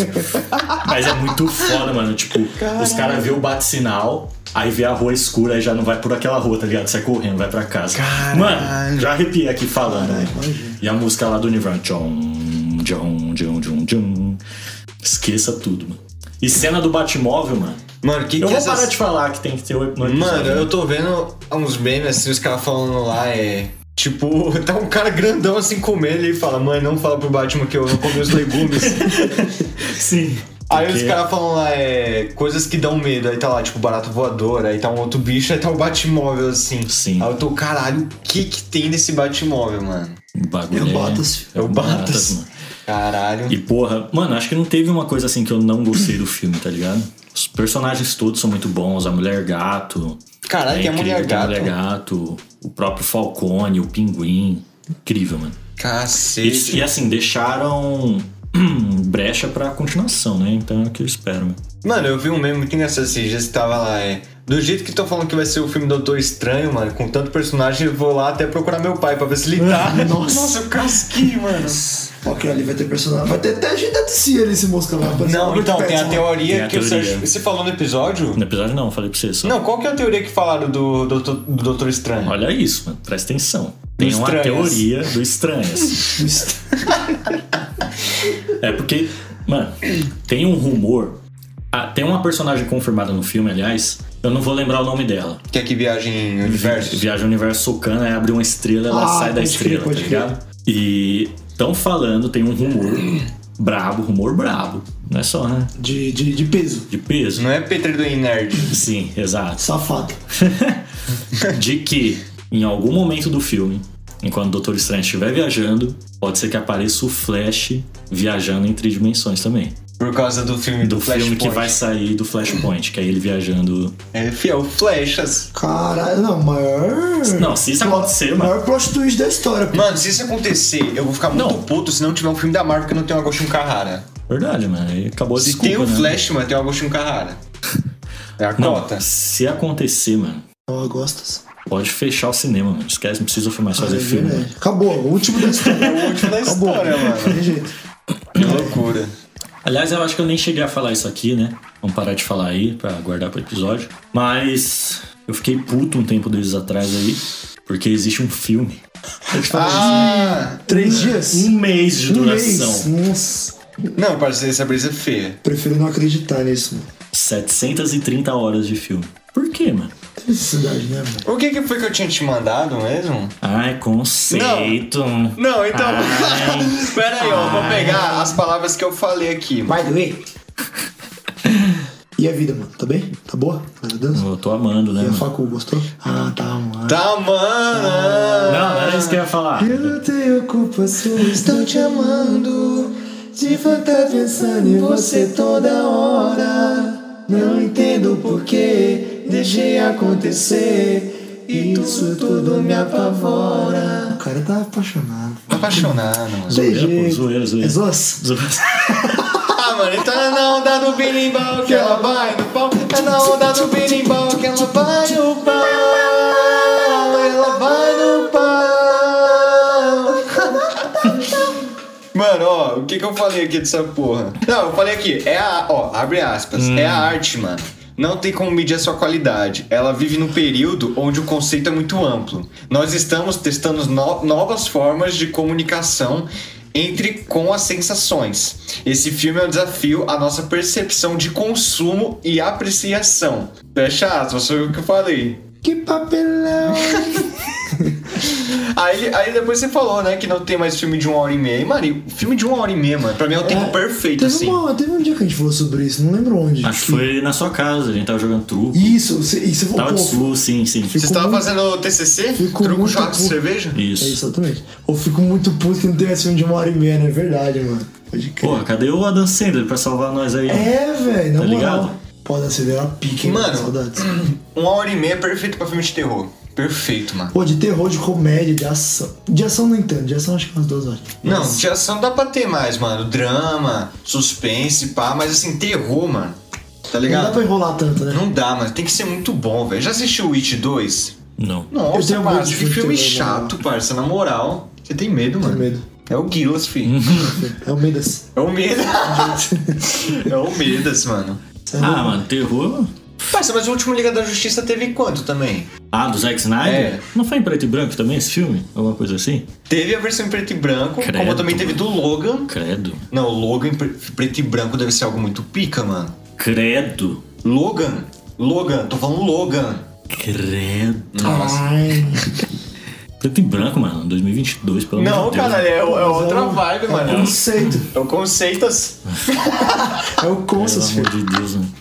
Speaker 1: Mas é muito foda, mano. Tipo, os caras vê o bate-sinal, aí vê a rua escura, aí já não vai por aquela rua, tá ligado? Sai correndo, vai pra casa. Mano, já arrepiei aqui falando. né? e a música lá do Universo. John, John, John, John, John. Esqueça tudo, mano. E cena do Batmóvel, mano.
Speaker 2: Mano, que
Speaker 1: Eu
Speaker 2: que
Speaker 1: vou
Speaker 2: essas-
Speaker 1: parar de falar que tem que ter oito noites.
Speaker 2: Mano, eu tô vendo uns memes assim, os caras falando lá, é. Tipo, tá um cara grandão assim comendo e fala, mãe, não fala pro Batman que eu não comi os legumes.
Speaker 1: Sim.
Speaker 2: aí
Speaker 1: Porque-
Speaker 2: os caras falam lá, é. Coisas que dão medo. Aí tá lá, tipo, barato voador, aí tá um outro bicho, aí tá o Batmóvel assim.
Speaker 1: Sim.
Speaker 2: Aí eu tô, caralho, o que que tem nesse Batmóvel, mano?
Speaker 1: O bagulho
Speaker 3: É o Batas.
Speaker 1: É o Batas, mano.
Speaker 2: Caralho.
Speaker 1: E porra, mano, acho que não teve uma coisa assim que eu não gostei do filme, tá ligado? Os personagens todos são muito bons, a mulher gato.
Speaker 2: Caralho, tem a
Speaker 1: é incrível,
Speaker 2: mulher
Speaker 1: tem a
Speaker 2: gata.
Speaker 1: mulher gato, o próprio Falcone, o pinguim. Incrível, mano. E,
Speaker 2: Cacete.
Speaker 1: e, assim, deixaram brecha pra continuação, né? Então é o que eu espero. né?
Speaker 2: Mano, eu vi um meme muito engraçado esses dias que tava lá, é. Do jeito que tô falando que vai ser o filme do Doutor Estranho, mano, com tanto personagem, eu vou lá até procurar meu pai pra ver se ele tá. Nossa, eu casquei, mano.
Speaker 3: Ok, ali vai ter personagem. Vai ter até a gente da DC ali, esse mosca lá. parece
Speaker 2: Não,
Speaker 3: é muito
Speaker 2: então, tem a
Speaker 3: péssimo.
Speaker 2: teoria
Speaker 1: Tem a
Speaker 2: que o
Speaker 1: teoria.
Speaker 2: Sérgio. Você falou no episódio?
Speaker 1: No episódio não, eu falei pra você só.
Speaker 2: Não, qual que é a teoria que falaram do Doutor, do Doutor Estranho?
Speaker 1: Olha isso, mano. Presta atenção. Tem
Speaker 2: Do
Speaker 1: uma
Speaker 2: Estranhas.
Speaker 1: teoria do estranhas. é porque, mano, tem um rumor. Ah, tem uma personagem confirmada no filme, aliás. Eu não vou lembrar o nome dela.
Speaker 2: Que é que viaja em universo?
Speaker 1: Viaja no universo socana, aí abre uma estrela, ela
Speaker 3: Ah,
Speaker 1: sai da
Speaker 3: pode crer,
Speaker 1: estrela, tá
Speaker 3: pode crer.
Speaker 1: ligado? E estão falando, tem um rumor brabo, rumor brabo. Não é só, né?
Speaker 3: De, de, de peso.
Speaker 1: De peso.
Speaker 2: Não é Petri do Nerd.
Speaker 1: Sim, exato.
Speaker 3: Safado.
Speaker 1: de que em algum momento do filme, enquanto o Doutor Estranho estiver viajando, pode ser que apareça o Flash viajando em três dimensões também.
Speaker 2: Por causa do filme do,
Speaker 1: Do filme que
Speaker 2: Flashpoint.
Speaker 1: vai sair do Flashpoint, que é ele viajando.
Speaker 2: É fiel, flechas.
Speaker 3: Caralho, não, maior.
Speaker 1: Não, se isso acontecer, mano.
Speaker 3: Maior plot twist da história, pô.
Speaker 2: Mano, se isso acontecer, eu vou ficar muito
Speaker 1: Não.
Speaker 2: puto se não tiver um filme da Marvel que não tem o Agostinho Carrara.
Speaker 1: Verdade, mano. Aí acabou a
Speaker 2: Se
Speaker 1: desculpa,
Speaker 2: tem o
Speaker 1: né?
Speaker 2: Flash, mano, tem o Agostinho Carrara. É a
Speaker 1: Não,
Speaker 2: cota.
Speaker 1: se acontecer, mano,
Speaker 3: Eu gosto.
Speaker 1: pode fechar o cinema, mano. Esquece, não precisa mais fazer
Speaker 3: É
Speaker 1: filme.
Speaker 3: verdade.
Speaker 1: mano.
Speaker 3: Acabou, o último da
Speaker 2: É
Speaker 3: história.
Speaker 2: o último da
Speaker 3: Acabou.
Speaker 2: história, mano.
Speaker 3: Tem jeito.
Speaker 2: Que loucura.
Speaker 1: Aliás, eu acho que eu nem cheguei a falar isso aqui, né? Vamos parar de falar aí pra guardar pro episódio. Mas eu fiquei puto um tempo desses atrás aí, porque existe um filme. Eu te falei
Speaker 2: Ah!
Speaker 3: Três dias?
Speaker 1: isso. Um mês de
Speaker 3: Um
Speaker 1: duração.
Speaker 3: mês. Nossa.
Speaker 2: Não, parceiro, essa brisa é feia.
Speaker 3: Prefiro não acreditar nisso, mano.
Speaker 1: 730 horas de filme. Por quê, mano?
Speaker 3: Tem necessidade, né, mano?
Speaker 2: O que, que foi que eu tinha te mandado mesmo?
Speaker 1: Ai, conceito.
Speaker 2: Não,
Speaker 1: Ai.
Speaker 2: então. Pera aí, ó. Vou pegar as palavras que eu falei aqui. mano.
Speaker 3: By the way. E a vida, mano? Tá bem? Tá boa? Tá dando?
Speaker 1: Eu tô amando, né,
Speaker 3: E a
Speaker 1: mano?
Speaker 3: facu, gostou? Hum. Ah, tá, mano.
Speaker 2: Tá, mano. Ah.
Speaker 1: Não, não era isso que eu ia falar.
Speaker 3: Eu não tenho culpa sua, estou te amando. De fantasma pensando em você toda hora. Não entendo porquê, deixei acontecer. E isso tudo me apavora. O cara tá apaixonado.
Speaker 2: Tô apaixonado, mano.
Speaker 3: Tem
Speaker 1: Zoeira, pô,
Speaker 3: jeito.
Speaker 1: zoeira, zoeira.
Speaker 3: É zoas?
Speaker 2: Ah, mano, então é na onda do birimbau que ela vai no pau. É na onda do birimbau que ela vai no pau. Ela vai no pau. Mano, ó, o que que eu falei aqui dessa porra? Não, eu falei aqui, é a, ó, abre aspas, é
Speaker 3: Hum.
Speaker 2: a arte, mano. Não tem como medir a sua qualidade. Ela vive num período onde o conceito é muito amplo. Nós estamos testando no- novas formas de comunicação entre com as sensações. Esse filme é um desafio à nossa percepção de consumo e apreciação. Fecha aspas, foi o que eu falei.
Speaker 3: Que papelão!
Speaker 2: Aí, aí depois você falou, né, que não tem mais filme de uma hora e meia. E, mano, e filme de uma hora e meia, mano, pra mim é o tempo
Speaker 3: É,
Speaker 2: perfeito,
Speaker 3: teve
Speaker 2: assim.
Speaker 3: uma- teve um dia que a gente falou sobre isso, não lembro onde.
Speaker 1: Acho que foi na sua casa, a gente tava jogando truco.
Speaker 3: Isso, você- e você falou,
Speaker 1: Tava de
Speaker 3: pô,
Speaker 1: sul, sim, sim.
Speaker 2: Vocês estavam
Speaker 3: muito-
Speaker 2: fazendo o TCC?
Speaker 3: Ficou
Speaker 2: Truco,
Speaker 3: muito
Speaker 2: churrasco e
Speaker 3: puto.
Speaker 2: cerveja?
Speaker 3: É,
Speaker 1: Isso.
Speaker 3: exatamente. Eu fico muito puto que não teve esse filme de uma hora e meia, né? É verdade, mano. Pode crer.
Speaker 1: Porra, cadê o Adam Sandler pra salvar nós aí?
Speaker 3: é, velho, na
Speaker 1: Tá
Speaker 3: moral.
Speaker 1: ligado?
Speaker 3: Pode acelerar pique, hein,
Speaker 2: Mano.
Speaker 3: Saudades.
Speaker 2: Uma hora e meia é perfeito pra filme de terror. Perfeito, mano.
Speaker 3: Pô, de terror, de comédia, de ação. De ação não entendo, de ação acho que é umas duas horas.
Speaker 2: Não, tá de ação dá pra ter mais, mano. Drama, suspense, pá, mas assim, terror, mano. Tá
Speaker 3: Não dá
Speaker 2: ligado?
Speaker 3: pra enrolar tanto, né?
Speaker 2: Não dá, mano. Tem que ser muito bom, velho. Já assistiu Witch 2?
Speaker 1: Não.
Speaker 3: Eu
Speaker 2: Nossa,
Speaker 3: tenho medo
Speaker 2: parça,
Speaker 3: de
Speaker 2: que
Speaker 3: filme
Speaker 2: filme
Speaker 3: de terror, na
Speaker 2: chato, parça. Na moral, você tem medo, mano.
Speaker 3: medo.
Speaker 2: É o Gillas, filho.
Speaker 3: É o Midas.
Speaker 2: é o medo. é o Medas, mano.
Speaker 3: é
Speaker 1: Ah, mano, terror.
Speaker 2: Parça, mas o último Liga da Justiça teve quanto também?
Speaker 1: Ah, do Zack Snyder?
Speaker 2: É.
Speaker 1: Não foi em preto e branco também esse filme? Alguma coisa assim?
Speaker 2: Teve a versão em preto e branco, como
Speaker 1: Credo,
Speaker 2: também teve do Logan.
Speaker 1: Credo.
Speaker 2: Não, o Logan em pre- preto e branco deve ser algo muito pica, mano.
Speaker 1: Credo.
Speaker 2: Logan? Logan, tô falando Logan.
Speaker 1: Credo.
Speaker 2: Nossa.
Speaker 3: Ai,
Speaker 1: Preto e branco, mano. 2022, pelo amor
Speaker 2: Não,
Speaker 1: de Deus.
Speaker 2: cara, é, é outra
Speaker 3: é um-
Speaker 2: vibe,
Speaker 3: é o
Speaker 2: mano.
Speaker 3: conceito.
Speaker 2: É o conceitas.
Speaker 3: É o
Speaker 1: Pelo
Speaker 3: Consas, filho.
Speaker 1: amor de Deus, mano.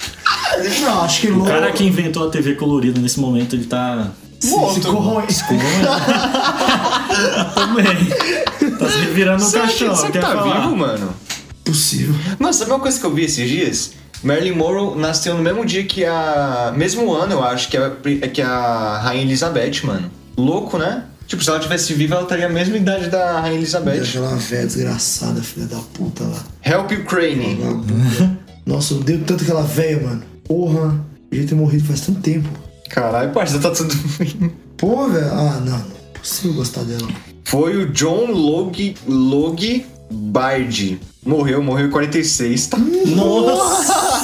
Speaker 3: Não, acho que
Speaker 1: O
Speaker 3: louco.
Speaker 1: cara que inventou a TV colorida nesse momento, ele tá.
Speaker 3: se, se
Speaker 2: Morto.
Speaker 3: corroe.
Speaker 1: Também. Tá se revirando no
Speaker 2: Será que-
Speaker 1: caixão.
Speaker 2: será que
Speaker 1: quer
Speaker 2: tá
Speaker 1: falar.
Speaker 2: vivo, mano?
Speaker 3: é Impossível.
Speaker 2: Mano, sabe uma coisa que eu vi esses dias? Marilyn Monroe nasceu no mesmo dia que a. Mesmo ano, eu acho, que é a, que a Rainha Elizabeth, mano. Louco, né? Tipo, se ela tivesse viva, ela teria a mesma idade da Rainha Elizabeth.
Speaker 3: Aquela velha desgraçada, filha da puta lá.
Speaker 2: Help Ukraine.
Speaker 3: Uhum. Nossa, eu odeio tanto aquela velha, mano. Porra, devia ter morrido faz tanto tempo.
Speaker 2: Caralho, parça, tá tudo bem.
Speaker 3: Porra, velho. Ah, não. Não é possível gostar dela.
Speaker 2: Foi o John Log. Log Bard. Morreu, morreu em 46, tá?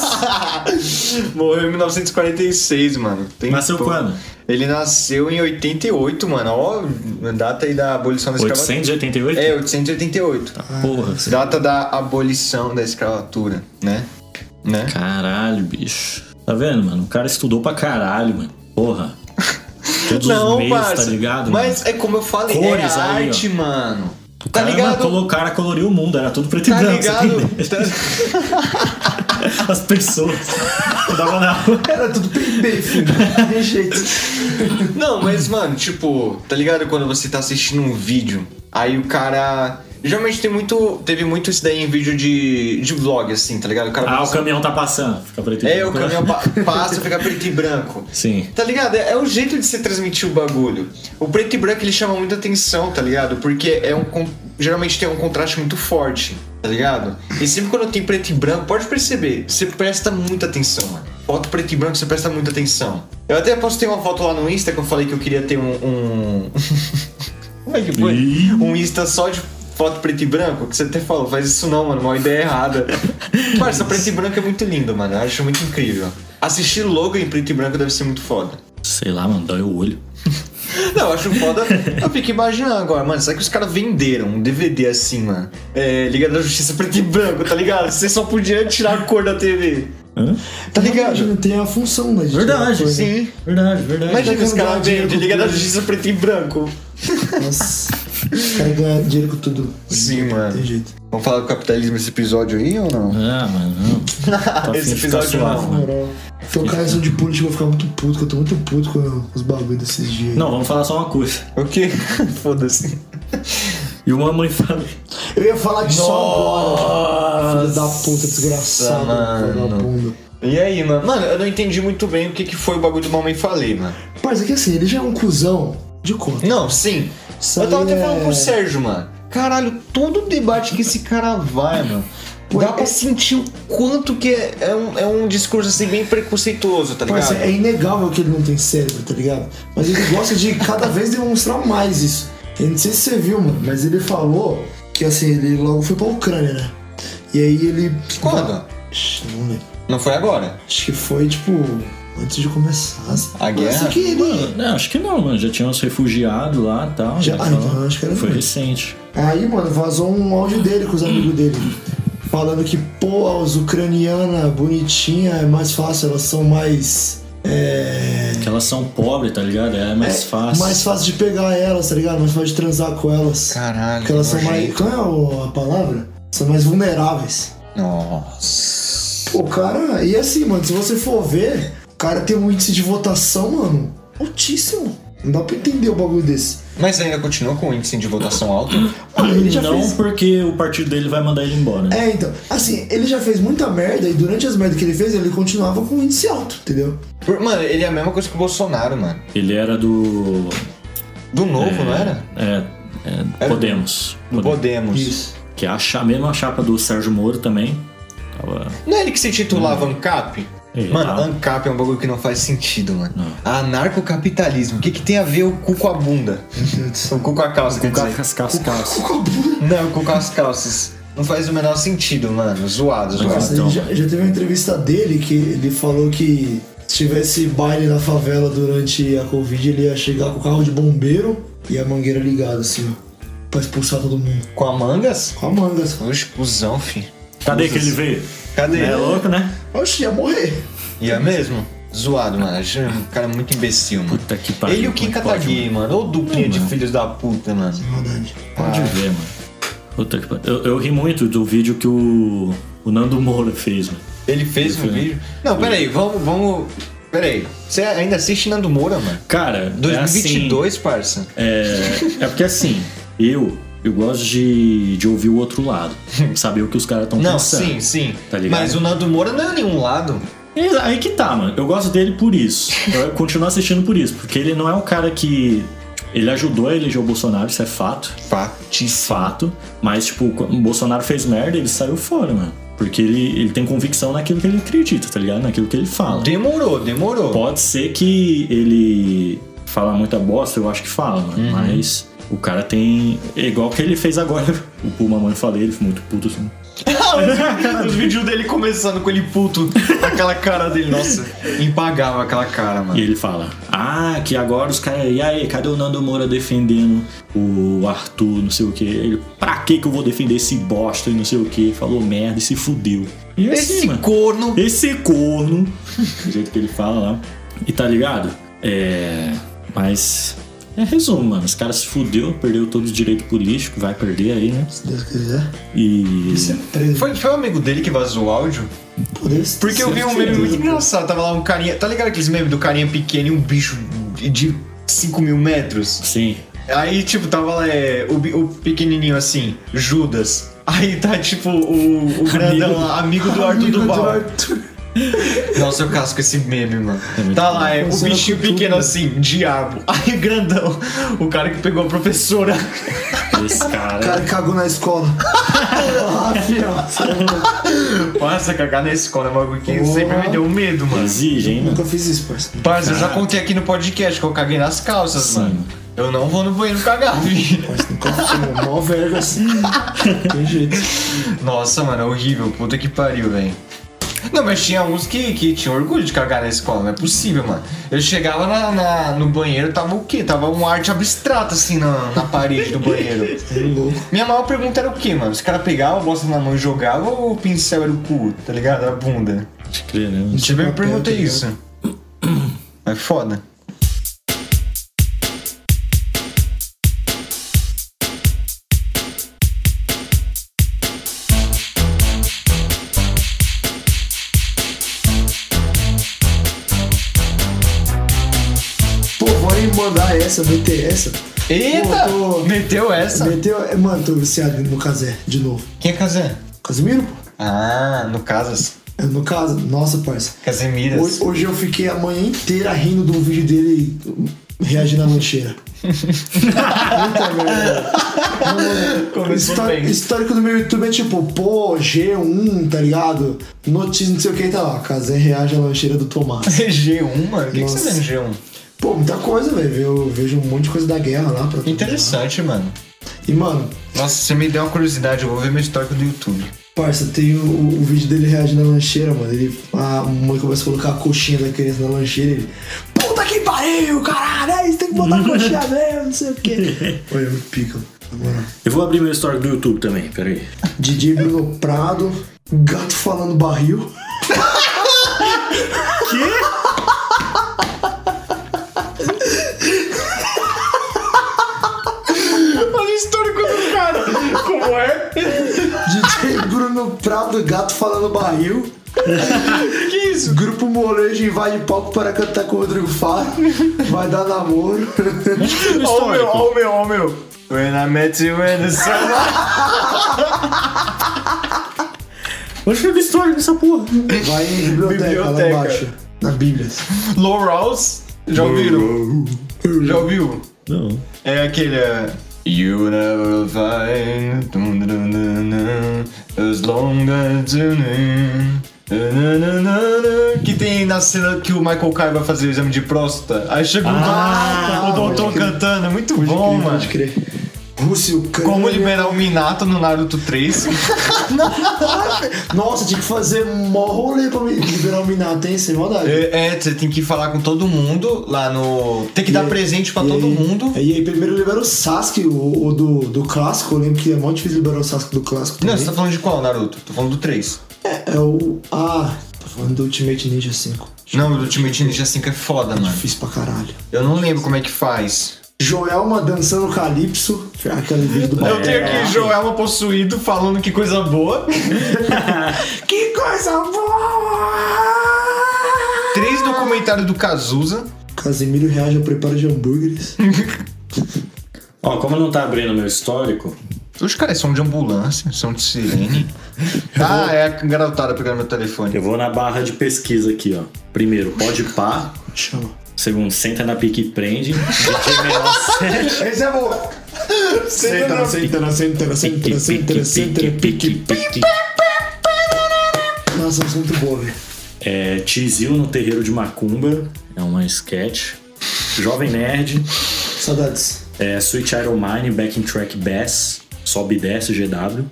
Speaker 2: morreu em 1946, mano. Tem
Speaker 1: Nasceu
Speaker 2: pouco.
Speaker 1: quando?
Speaker 2: Ele nasceu em 88, mano. Ó, a data aí da abolição da escravatura.
Speaker 1: 888?
Speaker 2: É, 888.
Speaker 1: Porra.
Speaker 2: Data da abolição da escravatura, né? Né?
Speaker 1: Caralho, bicho. Tá vendo, mano? O cara estudou pra caralho, mano. Porra. Todos os é meses,
Speaker 2: parça.
Speaker 1: tá ligado?
Speaker 2: Mas é como eu falei,
Speaker 1: Cores aí,
Speaker 2: é
Speaker 1: ó.
Speaker 2: arte, mano.
Speaker 1: mano?
Speaker 2: Tá
Speaker 1: Cara,
Speaker 2: ligado?
Speaker 1: mano, colo- o cara coloriu o mundo, era tudo preto
Speaker 2: Tá
Speaker 1: e branco. você
Speaker 2: ligado?
Speaker 1: entendeu? As pessoas. Eu Dava na rua.
Speaker 3: Era é tudo bem, bem, filho. Tem jeito.
Speaker 2: Não, mas, mano, tipo, tá ligado quando você tá assistindo um vídeo, aí o cara. Geralmente tem muito. Teve muito isso daí em vídeo de, de vlog, assim, tá ligado? O cara
Speaker 1: Ah, o
Speaker 2: passa-
Speaker 1: caminhão tá passando. Fica preto e
Speaker 2: É, o
Speaker 1: branco.
Speaker 2: caminhão pa- passa, fica preto e branco.
Speaker 1: Sim.
Speaker 2: Tá ligado? É é o jeito de você transmitir o bagulho. O preto e branco ele chama muita atenção, tá ligado? Porque é um con- geralmente tem um contraste muito forte, tá ligado? E sempre quando tem preto e branco, pode perceber, você presta muita atenção, mano. Foto preto e branco, você presta muita atenção. Eu até postei uma foto lá no Insta que eu falei que eu queria ter um. um... Como é que foi?
Speaker 1: Ih.
Speaker 2: Um Insta só de foto preto e branco, que você até falou, faz isso não, mano, uma ideia errada. Parça, preto e branco é muito lindo, mano. Eu acho muito incrível. Assistir logo em preto e branco deve ser muito foda.
Speaker 1: Sei lá, mano, dói o olho.
Speaker 2: Não, eu acho foda. Eu fico imaginando agora, mano. Será que os caras venderam um DVD assim, mano? É, Liga da Justiça preto e branco, tá ligado? Você só podia tirar a cor da TV.
Speaker 1: Hã?
Speaker 2: Tá ligado?
Speaker 3: Não tem a função, né? de
Speaker 1: Verdade,
Speaker 3: tirar a cor, né?
Speaker 1: sim. Verdade, verdade.
Speaker 2: Imagina um os
Speaker 3: Tá
Speaker 2: caras
Speaker 3: ganhando dinheiro
Speaker 2: vendem
Speaker 3: com
Speaker 2: Liga da
Speaker 3: tudo.
Speaker 2: Justiça preto e branco.
Speaker 3: Nossa. O cara ganha dinheiro com tudo.
Speaker 2: Sim,
Speaker 3: Tem
Speaker 2: mano.
Speaker 3: jeito.
Speaker 2: Vamos falar do capitalismo nesse episódio aí ou não?
Speaker 1: Ah, mano, não. Tô afim
Speaker 2: Esse
Speaker 1: de ficar
Speaker 2: episódio
Speaker 1: suave,
Speaker 2: não.
Speaker 1: mano.
Speaker 3: Moral. Tocar isso de política, eu vou ficar muito puto, que eu tô muito puto com os bagulhos desses dias.
Speaker 1: Não, vamos falar só uma coisa.
Speaker 2: O quê? Foda-se.
Speaker 1: E uma mãe fala.
Speaker 3: Eu ia falar disso agora. Filho da
Speaker 2: Nossa,
Speaker 3: puta, desgraçado.
Speaker 2: mano.
Speaker 3: Vagabundo.
Speaker 2: E aí, mano? Mano, eu não entendi muito bem o que, que foi o bagulho do Mamãe Falei, mano.
Speaker 3: Mas é que assim, ele já é um cuzão de conta.
Speaker 2: Não, sim.
Speaker 3: Isso
Speaker 2: eu tava
Speaker 3: aí
Speaker 2: até
Speaker 3: é-
Speaker 2: falando pro Sérgio, mano. Caralho, todo debate que esse cara vai, mano.
Speaker 3: Pô,
Speaker 2: dá
Speaker 3: é-
Speaker 2: pra sentir o quanto que é, é um, é um discurso assim bem preconceituoso, tá ligado?
Speaker 3: Parça, é inegável que ele não tem cérebro, tá ligado? Mas ele gosta de cada vez demonstrar mais isso. Eu não sei se você viu, mano, mas ele falou que assim, ele logo foi pra Ucrânia, né? E aí ele.
Speaker 2: Quando?
Speaker 3: Ixi, Não lembro.
Speaker 2: Não foi agora.
Speaker 3: Acho que foi, tipo, antes de começar. assim.
Speaker 2: A guerra?
Speaker 3: Mas é que ele.
Speaker 1: Mano, não, acho que não, mano. Já tinha uns refugiados lá e tal.
Speaker 3: Já-
Speaker 1: né?
Speaker 3: ah, então, acho que era
Speaker 1: Foi
Speaker 3: mesmo.
Speaker 1: recente.
Speaker 3: Aí, mano, vazou um áudio dele com os amigos dele. Falando que, pô, as ucranianas bonitinhas é mais fácil, elas são mais É,
Speaker 1: Porque elas são pobres, tá ligado? É mais fácil.
Speaker 3: mais fácil de pegar elas, tá ligado? Mais fácil de transar com elas.
Speaker 2: Caralho.
Speaker 3: Porque elas são
Speaker 2: nojento.
Speaker 3: mais. Qual é o- a palavra? São mais vulneráveis.
Speaker 2: Nossa.
Speaker 3: O cara. E assim, mano, se você for ver, o cara tem um índice de votação, mano, altíssimo. Não dá pra entender o bagulho desse.
Speaker 2: Mas ainda continua com o índice de votação alto?
Speaker 3: Mano, ele já
Speaker 1: não
Speaker 3: fez.
Speaker 1: porque o partido dele vai mandar ele embora. né?
Speaker 3: É, então. Assim, ele já fez muita merda e durante as merdas que ele fez, ele continuava com um índice alto, entendeu?
Speaker 2: Por- Mano, ele é a mesma coisa que o Bolsonaro, mano.
Speaker 1: Ele era do.
Speaker 2: Do novo, não era?
Speaker 1: É. é,
Speaker 2: Era-
Speaker 1: Podemos.
Speaker 2: Do Podemos.
Speaker 1: Que é a cha- mesma chapa do Sérgio Moro também. Tava-
Speaker 2: Não é ele que se titulava ANCAP?
Speaker 1: É,
Speaker 2: mano,
Speaker 1: tá.
Speaker 2: ANCAP é um bagulho que não faz sentido, mano. Anarcocapitalismo. O que, que tem a ver o cu com a bunda? o cu com a calça, quer
Speaker 1: Com
Speaker 2: dizer.
Speaker 1: cascas, calças.
Speaker 2: Não, o cu com as calças. Não faz o menor sentido, mano. Zoado,
Speaker 3: Nossa,
Speaker 2: zoado.
Speaker 1: Então.
Speaker 3: ele já, já teve uma entrevista dele que ele falou que se tivesse baile na favela durante a Covid, ele ia chegar com o carro de bombeiro e a mangueira ligada, assim, ó. Pra expulsar todo mundo.
Speaker 2: Com a mangas?
Speaker 3: Com a manga, assim.
Speaker 2: Oxe, cuzão, fi.
Speaker 1: Cadê que ele veio?
Speaker 2: Cadê?
Speaker 1: É louco, né?
Speaker 3: Oxi, ia morrer.
Speaker 2: E é mesmo? Zoado, mano. Acho Um cara muito imbecil, mano.
Speaker 1: Puta que pariu,
Speaker 2: Ele e o
Speaker 1: como
Speaker 2: Kim
Speaker 1: é que pode,
Speaker 2: Kataguiri, mano. Ô duplinha de filhos da puta, mano.
Speaker 3: Maldade.
Speaker 1: Pode ver, mano. Puta que pariu. Eu, eu ri muito do vídeo que o, o Nando Moura fez, mano.
Speaker 2: Ele fez um vídeo. Não, peraí, vamos, vamos. Peraí. Você ainda assiste Nando Moura, mano?
Speaker 1: Cara, é assim, 2022.
Speaker 2: 2022, parça.
Speaker 1: É, é porque assim, eu, eu gosto de, de ouvir o outro lado. Saber o que os caras estão pensando.
Speaker 2: Não, sim, sim.
Speaker 1: Tá ligado?
Speaker 2: Mas o Nando Moura não é nenhum lado.
Speaker 1: É, Aí que tá, mano. Eu gosto dele por isso. Eu continuo assistindo por isso. Porque ele não é um cara que. Ele ajudou a eleger o Bolsonaro, isso é fato.
Speaker 2: Fatíssimo.
Speaker 1: Fato. Mas, tipo, quando o Bolsonaro fez merda, ele saiu fora, mano. Porque ele, ele tem convicção naquilo que ele acredita, tá ligado? Naquilo que ele fala.
Speaker 2: Demorou, demorou.
Speaker 1: Pode ser que ele fala muita bosta, eu acho que fala, mano. Mas o cara tem. É igual que ele fez agora. O Puma Mamãe falei, ele foi muito puto assim.
Speaker 2: Os vídeos dele começando com ele puto. Aquela cara dele, nossa. Impagável aquela cara,
Speaker 1: E
Speaker 2: mano.
Speaker 1: ele fala: Ah, que agora os caras. E aí, cadê o Nando Moura defendendo o Arthur, não sei o quê? Ele, pra que que eu vou defender esse bosta e não sei o quê? Falou merda e se fudeu. E assim,
Speaker 2: Esse
Speaker 1: mano.
Speaker 2: corno.
Speaker 1: Esse corno. Do jeito que ele fala lá. E tá ligado? É. Mas. É resumo, mano. Os caras se fudeu, perdeu todo o direito político, vai perder aí, né?
Speaker 3: Se Deus quiser.
Speaker 1: E.
Speaker 3: Isso é três.
Speaker 2: Foi, foi o amigo dele que vazou o áudio?
Speaker 3: Deus.
Speaker 2: Porque eu vi um meme muito engraçado. Tava lá um carinha. Tá ligado aqueles memes do carinha pequeno e um bicho de 5 mil metros?
Speaker 1: Sim.
Speaker 2: Aí, tipo, tava lá é, o, bi- o pequenininho assim, Judas. Aí tá, tipo, o, o grandão lá, amigo do Arthur
Speaker 3: Amigo do
Speaker 2: Duval.
Speaker 3: Arthur.
Speaker 2: Nossa, eu casco esse meme, mano.
Speaker 1: muito
Speaker 2: Tá lá, é o
Speaker 3: Funciona
Speaker 2: bichinho
Speaker 3: com tudo,
Speaker 2: pequeno
Speaker 3: né?
Speaker 2: assim, diabo. Aí, grandão, o cara que pegou a professora.
Speaker 1: Esse
Speaker 3: O
Speaker 1: cara.
Speaker 3: cara cagou na escola. ah, fiel.
Speaker 2: Nossa, cagar na escola é um bagulho que
Speaker 3: Porra.
Speaker 2: sempre me deu um medo, mano.
Speaker 1: Exige, hein, mano?
Speaker 3: Nunca fiz isso, parceiro.
Speaker 2: Parça, eu já contei aqui no podcast que eu caguei nas calças,
Speaker 1: Sim.
Speaker 2: mano. Eu não vou no banheiro cagar, filho.
Speaker 3: Parceiro, nunca fiz. mano. Mó verga assim. Tem jeito.
Speaker 2: Nossa, mano, é horrível. Puta que pariu, velho. Não, mas tinha uns que, que tinham orgulho de cagar na escola, não é possível, mano. Eu chegava na, na- no banheiro, tava o quê? Tava uma arte abstrata, assim, na, na parede do banheiro.
Speaker 3: É louco.
Speaker 2: Minha maior pergunta era o quê, mano? Os caras pegavam, bosta na mão e jogavam ou o pincel era o cu, tá ligado? A bunda.
Speaker 1: Pode crer, né?
Speaker 2: Eu sempre me
Speaker 3: papel,
Speaker 2: perguntei
Speaker 3: tá ligado?
Speaker 2: isso. É foda.
Speaker 3: Pô, vou aí mandar essa, meter essa.
Speaker 2: Eita!
Speaker 3: Pô, tô-
Speaker 2: Meteu essa?
Speaker 3: Meteu. é, Mano, tô viciado no Casé, de novo.
Speaker 2: Quem é Kazan?
Speaker 3: Casimiro, pô.
Speaker 2: Ah, no Casas.
Speaker 3: É No caso, nossa, parça.
Speaker 2: Casemiras.
Speaker 3: Hoje, hoje eu fiquei a manhã inteira rindo de um vídeo dele reagindo à lancheira. Puta merda. Mano,
Speaker 2: Começou
Speaker 3: histó-
Speaker 2: bem.
Speaker 3: Histórico do meu YouTube é tipo, pô, G1, tá ligado? Notícia, não sei o que, tá lá. Casé reage à lancheira do Tomás.
Speaker 2: G1, É mano? O que, que você
Speaker 3: Nossa.
Speaker 2: vê no G1?
Speaker 3: Pô, muita coisa, velho. Eu vejo um monte de coisa da guerra lá. Pra
Speaker 2: Interessante, mano.
Speaker 3: E, mano,
Speaker 2: Nossa, você me deu uma curiosidade, eu vou ver meu histórico do YouTube.
Speaker 3: Parça, tem o, o vídeo dele reagindo na lancheira, mano. Ele, a mãe começa a colocar a coxinha da criança na lancheira. Ele, puta que pariu, caralho, é isso, tem que botar coxinha mesmo, não sei o quê. Olha, me pica, na moral.
Speaker 1: Eu vou abrir meu histórico do YouTube também, peraí.
Speaker 3: DJ Bruno Prado, gato falando barril.
Speaker 2: é?
Speaker 3: no prado, gato falando barril. que
Speaker 2: é
Speaker 3: isso? Grupo Molejo invade palco para cantar com o Rodrigo Faro. Vai dar namoro.
Speaker 2: Ó o meu, ó o meu, ó o meu. When I met you in the summer.
Speaker 1: Onde foi a história dessa porra?
Speaker 3: Vai em biblioteca, lá
Speaker 2: Biblioteca.
Speaker 3: embaixo. Na Bíblia.
Speaker 2: Lowrolls. Já ouviram? Já ouviu?
Speaker 1: Não.
Speaker 2: É aquele. é, You never find dun, dun, dun, dun, as long as you need. Na, na, na, na. Que tem na cena que o Michael Kai vai fazer o exame de próstata. Aí chega um
Speaker 1: Ah,
Speaker 2: cara, o Doutor cantando. É muito bom,
Speaker 3: Crer,
Speaker 2: mano.
Speaker 3: tá. Pode crer. Rússio, Ucrânia.
Speaker 2: Como liberar o Minato no Naruto 3.
Speaker 3: Nossa, tinha que fazer mó rolê pra me liberar o Minato, hein? Sem maldade.
Speaker 2: é, é, você tem que falar com todo mundo lá no. Tem que dar
Speaker 3: aí-
Speaker 2: presente pra
Speaker 3: e
Speaker 2: todo
Speaker 3: aí-
Speaker 2: mundo.
Speaker 3: E aí, primeiro libera o Sasuke, o, o do, do clássico. Eu lembro que é mó difícil liberar o Sasuke do clássico.
Speaker 2: Não,
Speaker 3: também.
Speaker 2: você tá falando de qual, Naruto? Tô falando do 3.
Speaker 3: É, é o. Ah, tô falando do Ultimate Ninja 5.
Speaker 2: Não, o Ultimate Ninja 5 é foda, mano.
Speaker 3: Difícil pra caralho.
Speaker 2: Eu não lembro como é que faz.
Speaker 3: Joelma dançando calypso. Aquele vídeo do
Speaker 2: Eu
Speaker 3: Batman.
Speaker 2: tenho aqui Joelma possuído falando que coisa boa.
Speaker 3: É. Que coisa boa!
Speaker 2: Três documentários do Cazuza.
Speaker 3: Casimiro reage ao preparo de hambúrgueres.
Speaker 1: Ó, como não tá abrindo meu histórico,
Speaker 2: Os caras são de ambulância, são de sirene. Ah, é a garotada pegando meu telefone.
Speaker 1: eu vou na barra de pesquisa aqui, ó. Primeiro, pode pá.
Speaker 3: Chama.
Speaker 1: Segundo, senta na pique e prende. DJ menor sete.
Speaker 3: Esse é bom! Senta, senta, senta, senta,
Speaker 1: Pique,
Speaker 3: senta,
Speaker 1: pique, pique,
Speaker 3: senta.
Speaker 1: pique, pique.
Speaker 3: Nossa, essa é muito boa, velho.
Speaker 1: É, Tizil no terreiro de Macumba. É uma sketch. Jovem Nerd.
Speaker 3: Saudades.
Speaker 1: É, Sweet Iron Mine, Backing Track Bass. Sobe e desce, GW.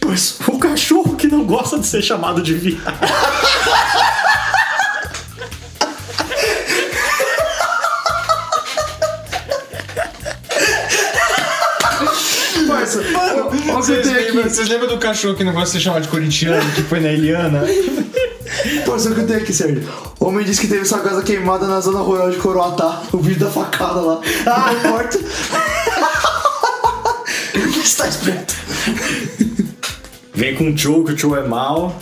Speaker 3: Pois.
Speaker 1: O cachorro que não gosta de ser chamado de viado.
Speaker 3: Parça, olha o que eu
Speaker 2: Vocês
Speaker 3: tenho
Speaker 2: lembram,
Speaker 3: aqui.
Speaker 2: vocês lembram do cachorro que não gosta de ser chamado de corintiano, que foi na Eliana?
Speaker 3: Parça, olha o que eu tenho aqui, Sérgio. Homem disse que teve sua casa queimada na zona rural de Coroatá. O vídeo da facada lá. Ah, morto. Está esperto.
Speaker 1: Vem com o Joe, que o Joe é mal.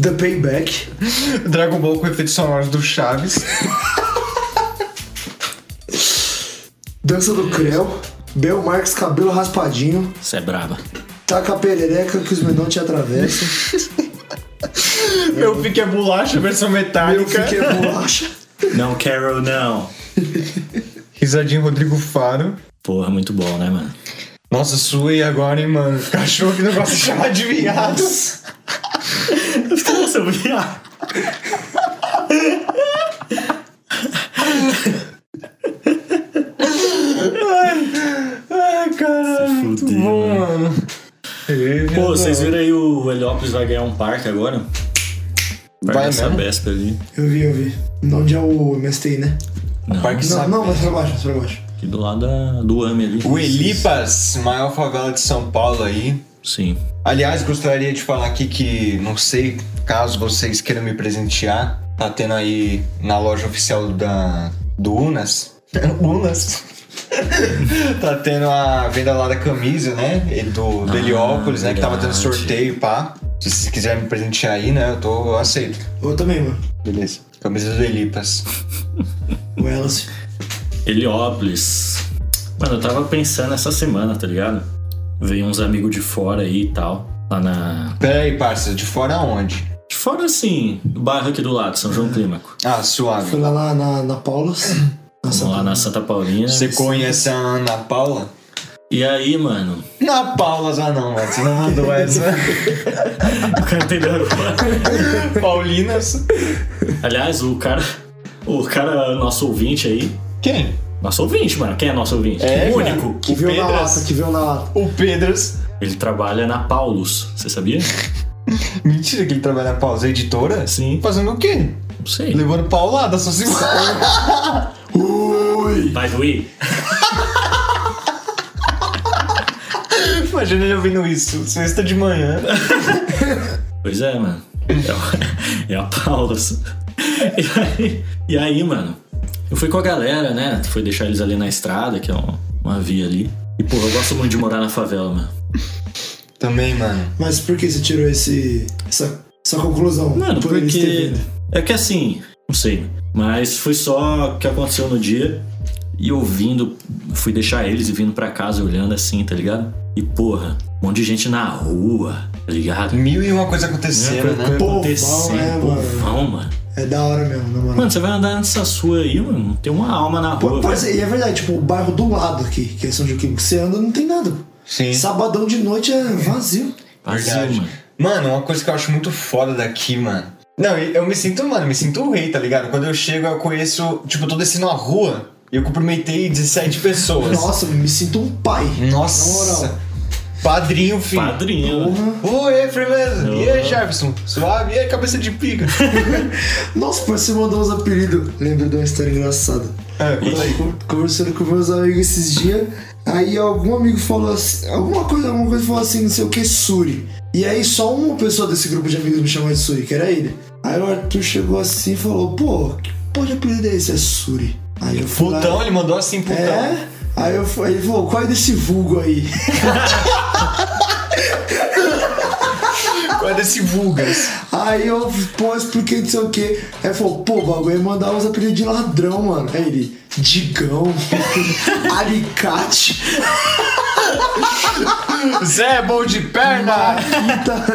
Speaker 3: The Payback.
Speaker 2: Dragon Ball com efeitos sonoros do Chaves.
Speaker 3: Dança do Creu. Bel Marques, cabelo raspadinho.
Speaker 1: Você é braba.
Speaker 3: Taca a perereca que os menores te atravessam.
Speaker 2: Meu pique é bolacha, versão
Speaker 3: Eu
Speaker 2: metálica.
Speaker 3: fiquei bolacha.
Speaker 1: Não, Carol, não.
Speaker 2: Risadinho Rodrigo Faro.
Speaker 1: Porra, muito bom, né, mano?
Speaker 2: Nossa, suei agora, hein, mano. Cachorro que não gosta de chamar de viado.
Speaker 1: Nossa, eu viado.
Speaker 2: Ai, caralho, muito
Speaker 1: Ah, fudeu,
Speaker 2: bom, mano.
Speaker 1: Pô, vocês viram aí o Heliópolis vai ganhar um parque agora? Parque
Speaker 2: Vai
Speaker 1: essa
Speaker 2: mesmo?
Speaker 1: Bespa ali.
Speaker 3: Eu vi, eu vi. Onde é o MSTI, né?
Speaker 1: Não,
Speaker 2: Parque
Speaker 3: Não,
Speaker 2: Sabe-
Speaker 3: não, mas pra baixo, mas pra baixo.
Speaker 1: aqui do lado da- do AME ali.
Speaker 2: O Elipas, maior favela de São Paulo aí.
Speaker 1: Sim.
Speaker 2: Aliás, gostaria de falar aqui que, não sei, caso vocês queiram me presentear, tá tendo aí na loja oficial da, do Unas. Unas? tá tendo a venda lá da camisa, né? E Do, do
Speaker 1: Ah,
Speaker 2: Heliópolis, né? Que tava tendo
Speaker 1: verdade.
Speaker 2: sorteio, pá. Se vocês quiserem me presentear aí, né? Eu, tô, eu aceito.
Speaker 3: Eu também, mano.
Speaker 2: Beleza. Camisa do Elipas.
Speaker 3: O Elas.
Speaker 1: Heliópolis. Mano, eu tava pensando essa semana, tá ligado? Veio uns amigos de fora aí e tal. Lá na.
Speaker 2: Pera aí, parça, de fora aonde?
Speaker 1: De fora assim, do bairro aqui do lado, São João Clímaco.
Speaker 2: Ah, suave.
Speaker 3: Fui lá na, na, na Paulas.
Speaker 1: Vamos lá na Santa Paulina.
Speaker 2: Você conhece a Ana Paula?
Speaker 1: E aí, mano?
Speaker 2: Na Paula já não, mano. Você não mandou essa.
Speaker 1: O cara tem
Speaker 2: Paulinas.
Speaker 1: Aliás, o cara. O cara, nosso ouvinte aí.
Speaker 2: Quem?
Speaker 1: Nosso ouvinte, mano. Quem é nosso ouvinte?
Speaker 2: É,
Speaker 1: o único.
Speaker 3: Que veio na
Speaker 2: Pedras.
Speaker 3: lata, que veio na lata.
Speaker 2: O Pedras.
Speaker 1: Ele trabalha na Paulus. Você sabia?
Speaker 2: Mentira que ele trabalha na Paula. Editora?
Speaker 1: Sim.
Speaker 2: Fazendo o quê?
Speaker 1: Não sei.
Speaker 2: Levando paulada, só se
Speaker 1: Vai doer?
Speaker 2: Imagina ele ouvindo isso. Sexta de manhã.
Speaker 1: Pois é, mano. É, o- é a Paulus. E aí, e aí, mano? Eu fui com a galera, né? Fui deixar eles ali na estrada, que é um- uma via ali. E, porra, eu gosto muito de morar na favela, mano.
Speaker 2: Também, mano.
Speaker 3: Mas por que você tirou esse, essa, essa conclusão?
Speaker 1: Mano,
Speaker 3: Poderia ter
Speaker 1: porque.
Speaker 3: vindo.
Speaker 1: É que assim, não sei. Mas foi só o que aconteceu no dia. E eu vindo, fui deixar eles e vindo pra casa olhando assim, tá ligado? E porra, um monte de gente na rua, tá ligado?
Speaker 2: Mil e uma coisa aconteceram,
Speaker 1: Coisa
Speaker 2: né?
Speaker 1: acontecendo,
Speaker 3: É, Povão, né, mano?
Speaker 1: povão, mano.
Speaker 3: É da hora mesmo, na moral.
Speaker 1: Mano, você vai andar nessa sua aí, mano. Tem uma alma na
Speaker 3: Pô,
Speaker 1: rua.
Speaker 3: parece-
Speaker 1: velho.
Speaker 3: e é verdade, tipo, o bairro do lado aqui, que é São Joaquim, que você anda não tem nada.
Speaker 2: Sim.
Speaker 3: Sabadão de noite é vazio.
Speaker 2: é.
Speaker 1: Vazio, mano.
Speaker 2: Mano, uma coisa que eu acho muito foda daqui, mano. Não, e eu me sinto, mano, me sinto o rei, tá ligado? Quando eu chego, eu conheço, tipo, eu tô descendo a rua e eu cumprimentei 17 pessoas.
Speaker 3: Nossa, me sinto um pai.
Speaker 1: Hum.
Speaker 2: Nossa.
Speaker 3: Na moral.
Speaker 2: Padrinho, filho.
Speaker 1: Padrinho. mano.
Speaker 2: Oi, firmeza. E
Speaker 1: Ô.
Speaker 2: aí, Jarvisson? Suave? E aí, cabeça de pica?
Speaker 3: Nossa, por você mandou uns apelidos. Lembro de uma história engraçada.
Speaker 2: é,
Speaker 3: Eu
Speaker 2: conta
Speaker 3: tava
Speaker 2: aí.
Speaker 3: con- conversando com meus amigos esses dias, aí algum amigo falou assim, alguma coisa, alguma coisa falou assim, não sei o que, Suri. E aí só uma pessoa desse grupo de amigos me chamou de Suri, que era ele. Aí o Arthur chegou assim e falou, pô, que porra de apelido é esse? É Suri. Aí eu fui lá-
Speaker 2: Putão, ele mandou assim, putão.
Speaker 3: É? Aí eu fui, ele falou, qual é desse vulgo aí?
Speaker 2: Qual é desse vulgas?
Speaker 3: Aí eu, pô, expliquei não sei o que. Aí falou, pô, o bagulho ia mandar uns apelidos de ladrão, mano. Aí ele, Digão, Alicate.
Speaker 2: Zé é bom de perna!
Speaker 3: Marquita.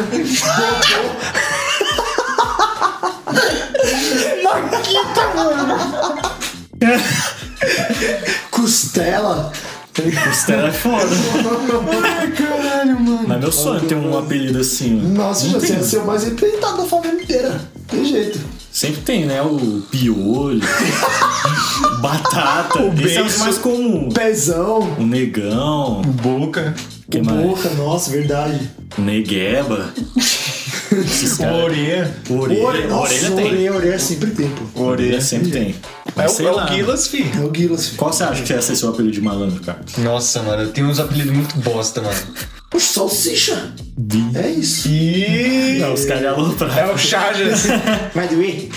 Speaker 3: Marquita, mano. Costela.
Speaker 1: Costela é foda.
Speaker 3: Caralho, mano.
Speaker 1: Mas meu sonho é ter um apelido assim, mano.
Speaker 3: Nossa, já sei, você é o mais representado da família inteira. Tem jeito.
Speaker 1: Sempre tem, né? O piolho, batata. O esse é o
Speaker 2: beiço.
Speaker 1: mais comum.
Speaker 3: Pezão.
Speaker 1: O negão,
Speaker 2: Boca.
Speaker 1: que mais?
Speaker 3: Boca, nossa, verdade.
Speaker 1: o negueba. Esses caras.
Speaker 2: Orelha.
Speaker 1: Orelha,
Speaker 3: Orelha, nossa,
Speaker 1: orelha tem.
Speaker 3: orelha, orelha é sempre tem, pô.
Speaker 1: Orelha sempre tem.
Speaker 2: É
Speaker 1: Mas
Speaker 2: o,
Speaker 1: sei
Speaker 2: é
Speaker 1: lá,
Speaker 2: o Guilas, fi.
Speaker 3: É o Guilas, filho.
Speaker 1: Qual você acha que ia ser seu apelido de malandro, cara?
Speaker 2: Nossa, mano, eu tenho uns apelidos muito bosta, mano.
Speaker 3: Puxa, salsicha. É isso.
Speaker 2: E.
Speaker 1: Não, os caras iam aloprar.
Speaker 2: É o Chargers.
Speaker 3: Vai doer?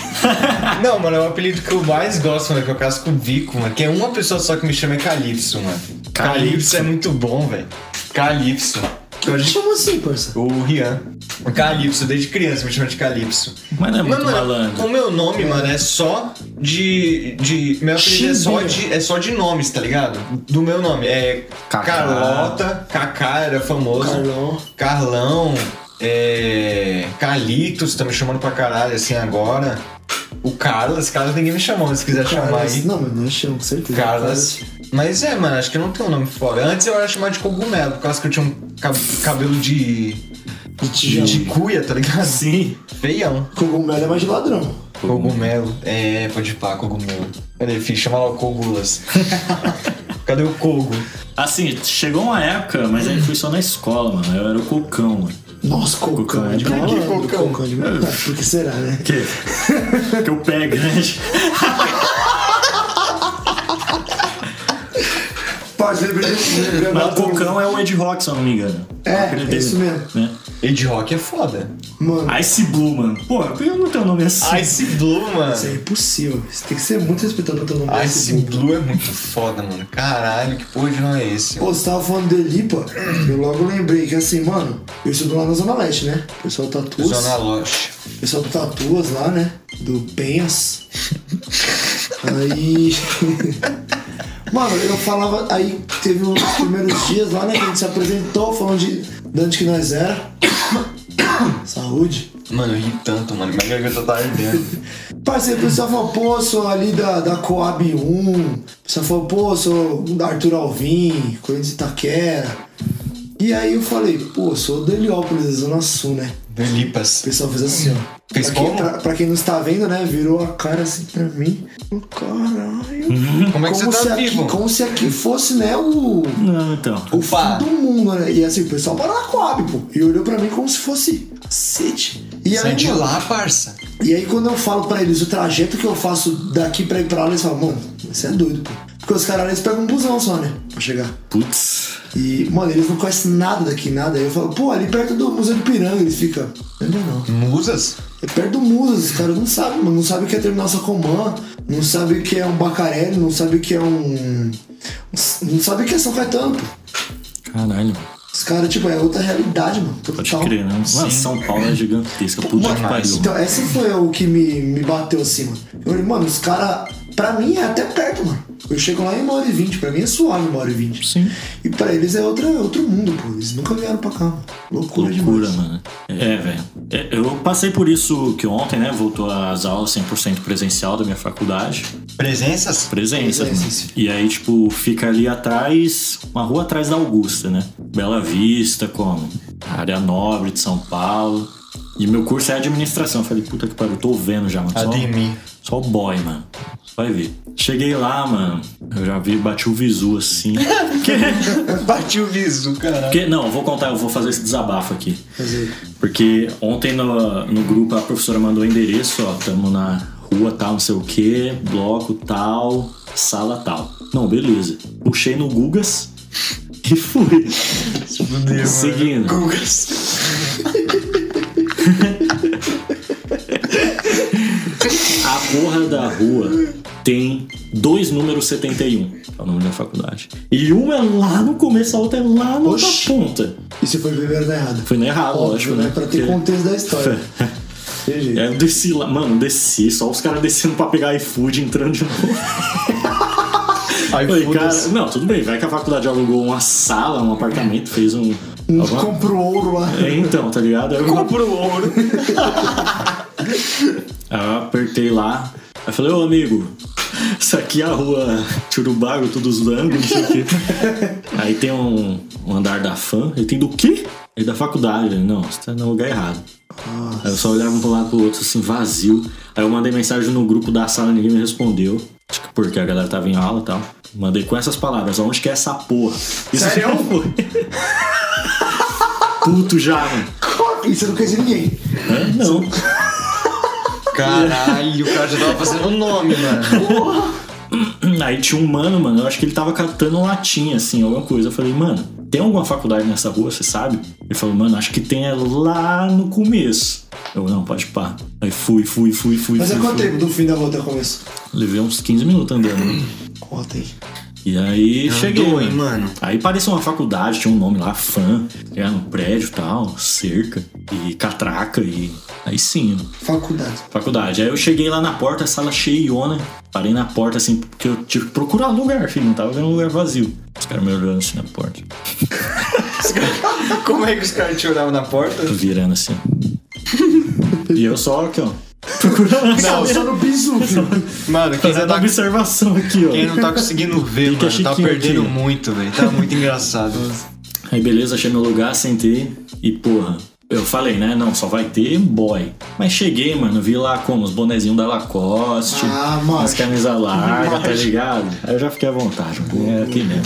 Speaker 2: Não, mano, é o apelido que eu mais gosto, mano, que eu caso com o Vico, mano. Que é uma pessoa só que me chama é Calypso, mano. Calypso é muito bom, velho. Calypso. Então a gente-
Speaker 3: Como assim, parça?
Speaker 2: O Rian. O Calypso, desde criança me chama de Calypso.
Speaker 1: Mas não é muito
Speaker 2: Não, mano,
Speaker 1: malandro.
Speaker 2: o meu nome, mano, é só de. de meu apelido é só
Speaker 3: Chimbinha.
Speaker 2: de, é só de nomes, tá ligado? Do meu nome. É
Speaker 1: Cacá.
Speaker 2: Carlota, Cacá era famoso.
Speaker 3: Carlão.
Speaker 2: Carlão, é. Calitos, tá me chamando pra caralho assim agora. O Carlos, Carlos ninguém me chamou, se quiser chamar
Speaker 3: Carlos.
Speaker 2: aí.
Speaker 3: Não, mas não chamo, com certeza.
Speaker 2: Carlos. Mas é, mano, acho que eu não tem um nome fora. Antes eu era chamado de cogumelo, por causa que eu tinha um cab- cabelo de.
Speaker 3: De
Speaker 2: de,
Speaker 3: tijolo.
Speaker 2: de cuia, tá ligado?
Speaker 1: Sim.
Speaker 2: Feião.
Speaker 3: Cogumelo é mais de ladrão.
Speaker 2: Cogumelo. É, pode pá, cogumelo. Peraí, filho, chama lá o Cogulas. Cadê o Cogo?
Speaker 1: Assim, chegou uma época, mas aí foi só na escola, mano. Eu era o cocão, mano.
Speaker 3: Nossa, cocão é de
Speaker 1: Cocão.
Speaker 3: malandro.
Speaker 2: Que cocão?
Speaker 3: Cocão é de malandro. Por que será, né?
Speaker 1: Que? que o pé é grande.
Speaker 3: Pode lembrar
Speaker 1: Mas o cocão é o Ed Rock, se eu não me engano.
Speaker 3: É,
Speaker 1: O apelido
Speaker 3: é isso
Speaker 1: dele,
Speaker 3: mesmo.
Speaker 1: Né?
Speaker 2: Ed Rock é foda.
Speaker 3: Mano,
Speaker 1: Ice Blue, mano. Porra, por que eu não tenho nome assim?
Speaker 2: Ice Blue, mano.
Speaker 3: isso é impossível. Você tem que ser muito respeitado pelo teu nome.
Speaker 2: Ice Blue é muito foda, mano. Caralho, que porra de nome é esse?
Speaker 3: Pô, você tava falando de Elipa, eu logo lembrei que assim, mano, eu estudo lá na Zona Leste, né? O pessoal tatuas.
Speaker 2: Zona Loche.
Speaker 3: O pessoal do Tatuas lá, né? Do Penhas. aí. Mano, eu falava. Aí teve uns primeiros dias lá, né? Que a gente se apresentou falando de, de onde que nós era. Saúde.
Speaker 2: Mano, eu ri tanto, mano. Minha garganta tá ardendo.
Speaker 3: Parceiro, o pessoal falou, pô, sou ali da, da Coab 1. O pessoal falou, pô, sou um da Arthur Alvim, Corinthians de Itaquera. E aí eu falei, pô, sou do Heliópolis, da Zona Sul, né? O
Speaker 2: Lipas.
Speaker 3: pessoal fez assim, ó.
Speaker 2: Fez
Speaker 3: pra, quem,
Speaker 2: como?
Speaker 3: pra- pra quem não está vendo, né? Virou a cara assim pra mim. Falou, Caralho.
Speaker 2: Como é que
Speaker 3: como,
Speaker 2: você
Speaker 3: se
Speaker 2: tá
Speaker 3: aqui,
Speaker 2: vivo?
Speaker 3: como se aqui fosse, né, o.
Speaker 1: Não, então.
Speaker 3: O
Speaker 2: Opa.
Speaker 3: fim do mundo, né? E assim, o pessoal mora na Coab, pô. E olhou pra mim como se fosse cacete. E
Speaker 2: Sai
Speaker 3: aí,
Speaker 2: é de
Speaker 3: mano,
Speaker 2: lá, parça.
Speaker 3: e aí quando eu falo pra eles o trajeto que eu faço daqui pra ir pra lá, eles falam, mano, você é doido, pô. Porque os caras eles pegam um busão só, né? Pra chegar.
Speaker 1: Putz.
Speaker 3: E, mano, eles não conhecem nada daqui, nada. Aí eu falo, pô, ali perto do Museu do Piranga, eles ficam. Lembra não.
Speaker 2: Musas?
Speaker 3: É perto do Musas, os caras não sabem, mano. Não sabem o que é terminal Sacomã, não sabem o que é um Bacarelli, não sabem o que é um. Não sabem o que é São Caetano, pô.
Speaker 1: Caralho, mano.
Speaker 3: Os caras, tipo, é outra realidade, mano.
Speaker 1: Pode
Speaker 3: total.
Speaker 1: crer, né? Mano, São Paulo é gigantesca. Puta que
Speaker 3: Mano,
Speaker 1: pariu.
Speaker 3: Então, essa foi o que me, me bateu assim, mano. Eu falei, mano, os caras, pra mim é até perto, mano. Eu chego lá em uma hora e vinte, pra mim é suave uma hora e vinte.
Speaker 1: Sim.
Speaker 3: E pra eles é outra, outro mundo, pô. Eles nunca vieram pra cá, mano. Loucura,
Speaker 1: Loucura,
Speaker 3: demais.
Speaker 1: mano. É, velho. É, eu passei por isso que ontem, né? Voltou às aulas 100% presencial da minha faculdade.
Speaker 2: Presenças?
Speaker 1: Presença.
Speaker 3: Presenças.
Speaker 1: mano. E aí, tipo, fica ali atrás, uma rua atrás da Augusta, né? Bela Vista, como? Área Nobre de São Paulo. E meu curso é administração. Eu falei, puta que pariu, tô vendo já, mano. Só-
Speaker 2: Ademir.
Speaker 1: Só o boy, mano. Você Vai ver. Cheguei lá, mano. Eu já vi, bati o visu assim.
Speaker 2: Bati o viso, cara.
Speaker 1: Porque, não, eu vou contar, eu vou fazer esse desabafo aqui.
Speaker 3: Mas aí,
Speaker 1: Porque ontem no, no grupo a professora mandou o endereço, ó, tamo na rua tal, não sei o que, bloco tal, sala tal. Não, beleza. Puxei no Gugas e fui.
Speaker 2: Fudeu,
Speaker 1: Seguindo.
Speaker 2: Gugas.
Speaker 1: A porra da rua tem dois números 71, que é o número da faculdade. E uma é lá no começo, a outra é lá na outra
Speaker 3: Oxi.
Speaker 1: ponta.
Speaker 3: E você foi beber na errada.
Speaker 1: Foi na errada, lógico,
Speaker 3: Óbvio,
Speaker 1: né?
Speaker 3: né? Pra ter
Speaker 1: Porque-
Speaker 3: contexto da história. Entendi.
Speaker 1: É, eu desci lá, mano, desci, só os caras descendo pra pegar iFood, entrando de novo.
Speaker 2: Aí
Speaker 1: Falei, cara,
Speaker 2: foda-se.
Speaker 1: não, tudo bem, vai que a faculdade alugou uma sala, um apartamento, fez um.
Speaker 3: Hum,
Speaker 1: alguma-
Speaker 3: Compro ouro lá.
Speaker 1: É, então, tá ligado? Aí Eu
Speaker 2: Pro ouro.
Speaker 1: Aí eu apertei lá, aí eu falei, ô amigo, isso aqui é a rua Churubago, tudo zango, não sei o quê. Aí tem um, um andar da fã, ele tem do quê? Ele da faculdade. Ele, não, você tá no lugar errado. Aí eu só olhava um pro lado e pro outro, assim, vazio. Aí eu mandei mensagem no grupo da sala, ninguém me respondeu. Acho que porque a galera tava em aula e tal. Mandei com essas palavras, aonde que é essa porra? Isso
Speaker 3: Sério?
Speaker 1: já foi. Puto já, mano. É.
Speaker 3: E você não conhecia ninguém.
Speaker 1: Hã? Não.
Speaker 2: Caralho, o cara já tava fazendo o nome, mano.
Speaker 1: Aí tinha um mano, mano, eu acho que ele tava catando latinha, assim, alguma coisa. Eu falei, mano, tem alguma faculdade nessa rua, você sabe? Ele falou, mano, acho que tem é lá no começo. Eu, não, pode pá. Aí fui, fui, fui, fui.
Speaker 3: Mas é
Speaker 1: fui,
Speaker 3: quanto
Speaker 1: fui.
Speaker 3: tempo do fim da volta ao começo?
Speaker 1: Levei uns 15 minutos andando. né?
Speaker 3: Conta aí.
Speaker 1: E aí cheguei.
Speaker 2: Andou, hein,
Speaker 1: mano.
Speaker 2: mano?
Speaker 1: Aí parecia uma faculdade, tinha um nome lá, fã, era um prédio e tal, cerca e catraca e. Aí sim, mano.
Speaker 3: Faculdade.
Speaker 1: faculdade. Aí eu cheguei lá na porta, a sala cheiona. Parei na porta, assim, porque eu tive que procurar lugar, filho. Não tava vendo lugar vazio. Os caras me olhando assim na porta.
Speaker 2: Como é que os caras te olhavam na porta?
Speaker 1: Eu virando assim. e eu só aqui, ó. Procurando.
Speaker 3: Não, só no bisu, filho.
Speaker 2: Mano, quem não,
Speaker 1: Fazendo
Speaker 2: tá,
Speaker 1: observação aqui, ó.
Speaker 2: quem não tá conseguindo ver,
Speaker 1: Fica
Speaker 2: mano, tá
Speaker 1: chiquinho
Speaker 2: perdendo
Speaker 1: aqui.
Speaker 2: muito, velho. Tá muito engraçado.
Speaker 1: Aí beleza, achei meu lugar, sentei e porra. Eu falei, né? Não, só vai ter boy. Mas cheguei, mano, vi lá como os bonezinhos da Lacoste,
Speaker 3: Ah, mano.
Speaker 1: as camisas largas, tá ligado? Aí eu já fiquei à vontade, pô, é aqui mesmo.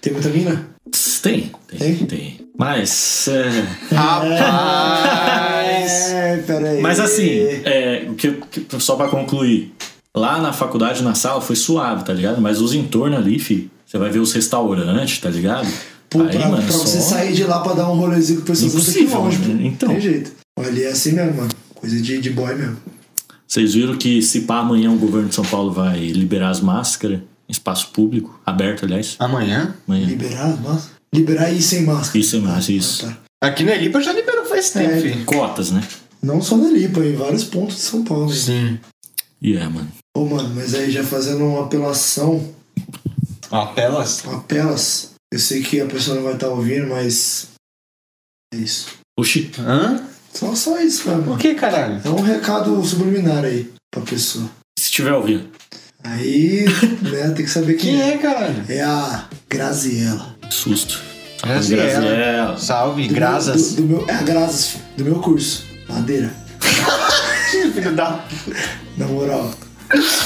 Speaker 3: Tem muita mina?
Speaker 1: Tss, Tem, tem,
Speaker 3: Tem?
Speaker 1: tem. Mas, é,
Speaker 2: Rapaz!
Speaker 3: É, peraí.
Speaker 1: mas assim, é, o que, que- só pra concluir, lá na faculdade, na sala, foi suave, tá ligado? Mas os entornos ali, fi, você vai ver os restaurantes, tá ligado?
Speaker 3: Pô, pra, pra você sair de lá pra dar um rolezinho com pessoas você tem que ir
Speaker 1: Impossível,
Speaker 3: longe,
Speaker 1: né?
Speaker 3: pô.
Speaker 1: Então.
Speaker 3: Tem jeito. Ali é assim mesmo, mano. Coisa de, de boy mesmo.
Speaker 1: Vocês viram que se pá amanhã o governo de São Paulo vai liberar as máscaras em espaço público, aberto, aliás,
Speaker 2: Amanhã?
Speaker 1: amanhã.
Speaker 3: Liberar, nossa. Liberar e ir sem máscara.
Speaker 1: Isso é mais isso.
Speaker 3: Ah, tá.
Speaker 2: Aqui na Elipa já liberou faz tempo,
Speaker 3: É.
Speaker 2: filho.
Speaker 1: Cotas, né?
Speaker 3: Não só na Lipa, em vários pontos de São Paulo. hein?
Speaker 2: Sim.
Speaker 1: E é, mano.
Speaker 3: Ô, mano, mas aí já fazendo uma apelação,
Speaker 2: Apelas?
Speaker 3: apelas. Eu sei que a pessoa não vai estar ouvindo, mas. É isso.
Speaker 1: Oxi,
Speaker 2: Hã?
Speaker 3: Só, só isso, cara,
Speaker 2: O
Speaker 3: mano.
Speaker 2: que, caralho?
Speaker 3: É um recado subliminar aí pra pessoa.
Speaker 1: se tiver ouvindo.
Speaker 3: Aí, né, tem que saber quem,
Speaker 2: Quem é, caralho?
Speaker 3: é. É a Graziella.
Speaker 1: que Susto.
Speaker 3: É assim,
Speaker 2: Graziella.
Speaker 1: Graziella.
Speaker 3: né?
Speaker 2: Salve, graças.
Speaker 3: Do, do meu, é a Grazas, filho, do meu curso. Madeira.
Speaker 2: Filho da
Speaker 3: Na moral.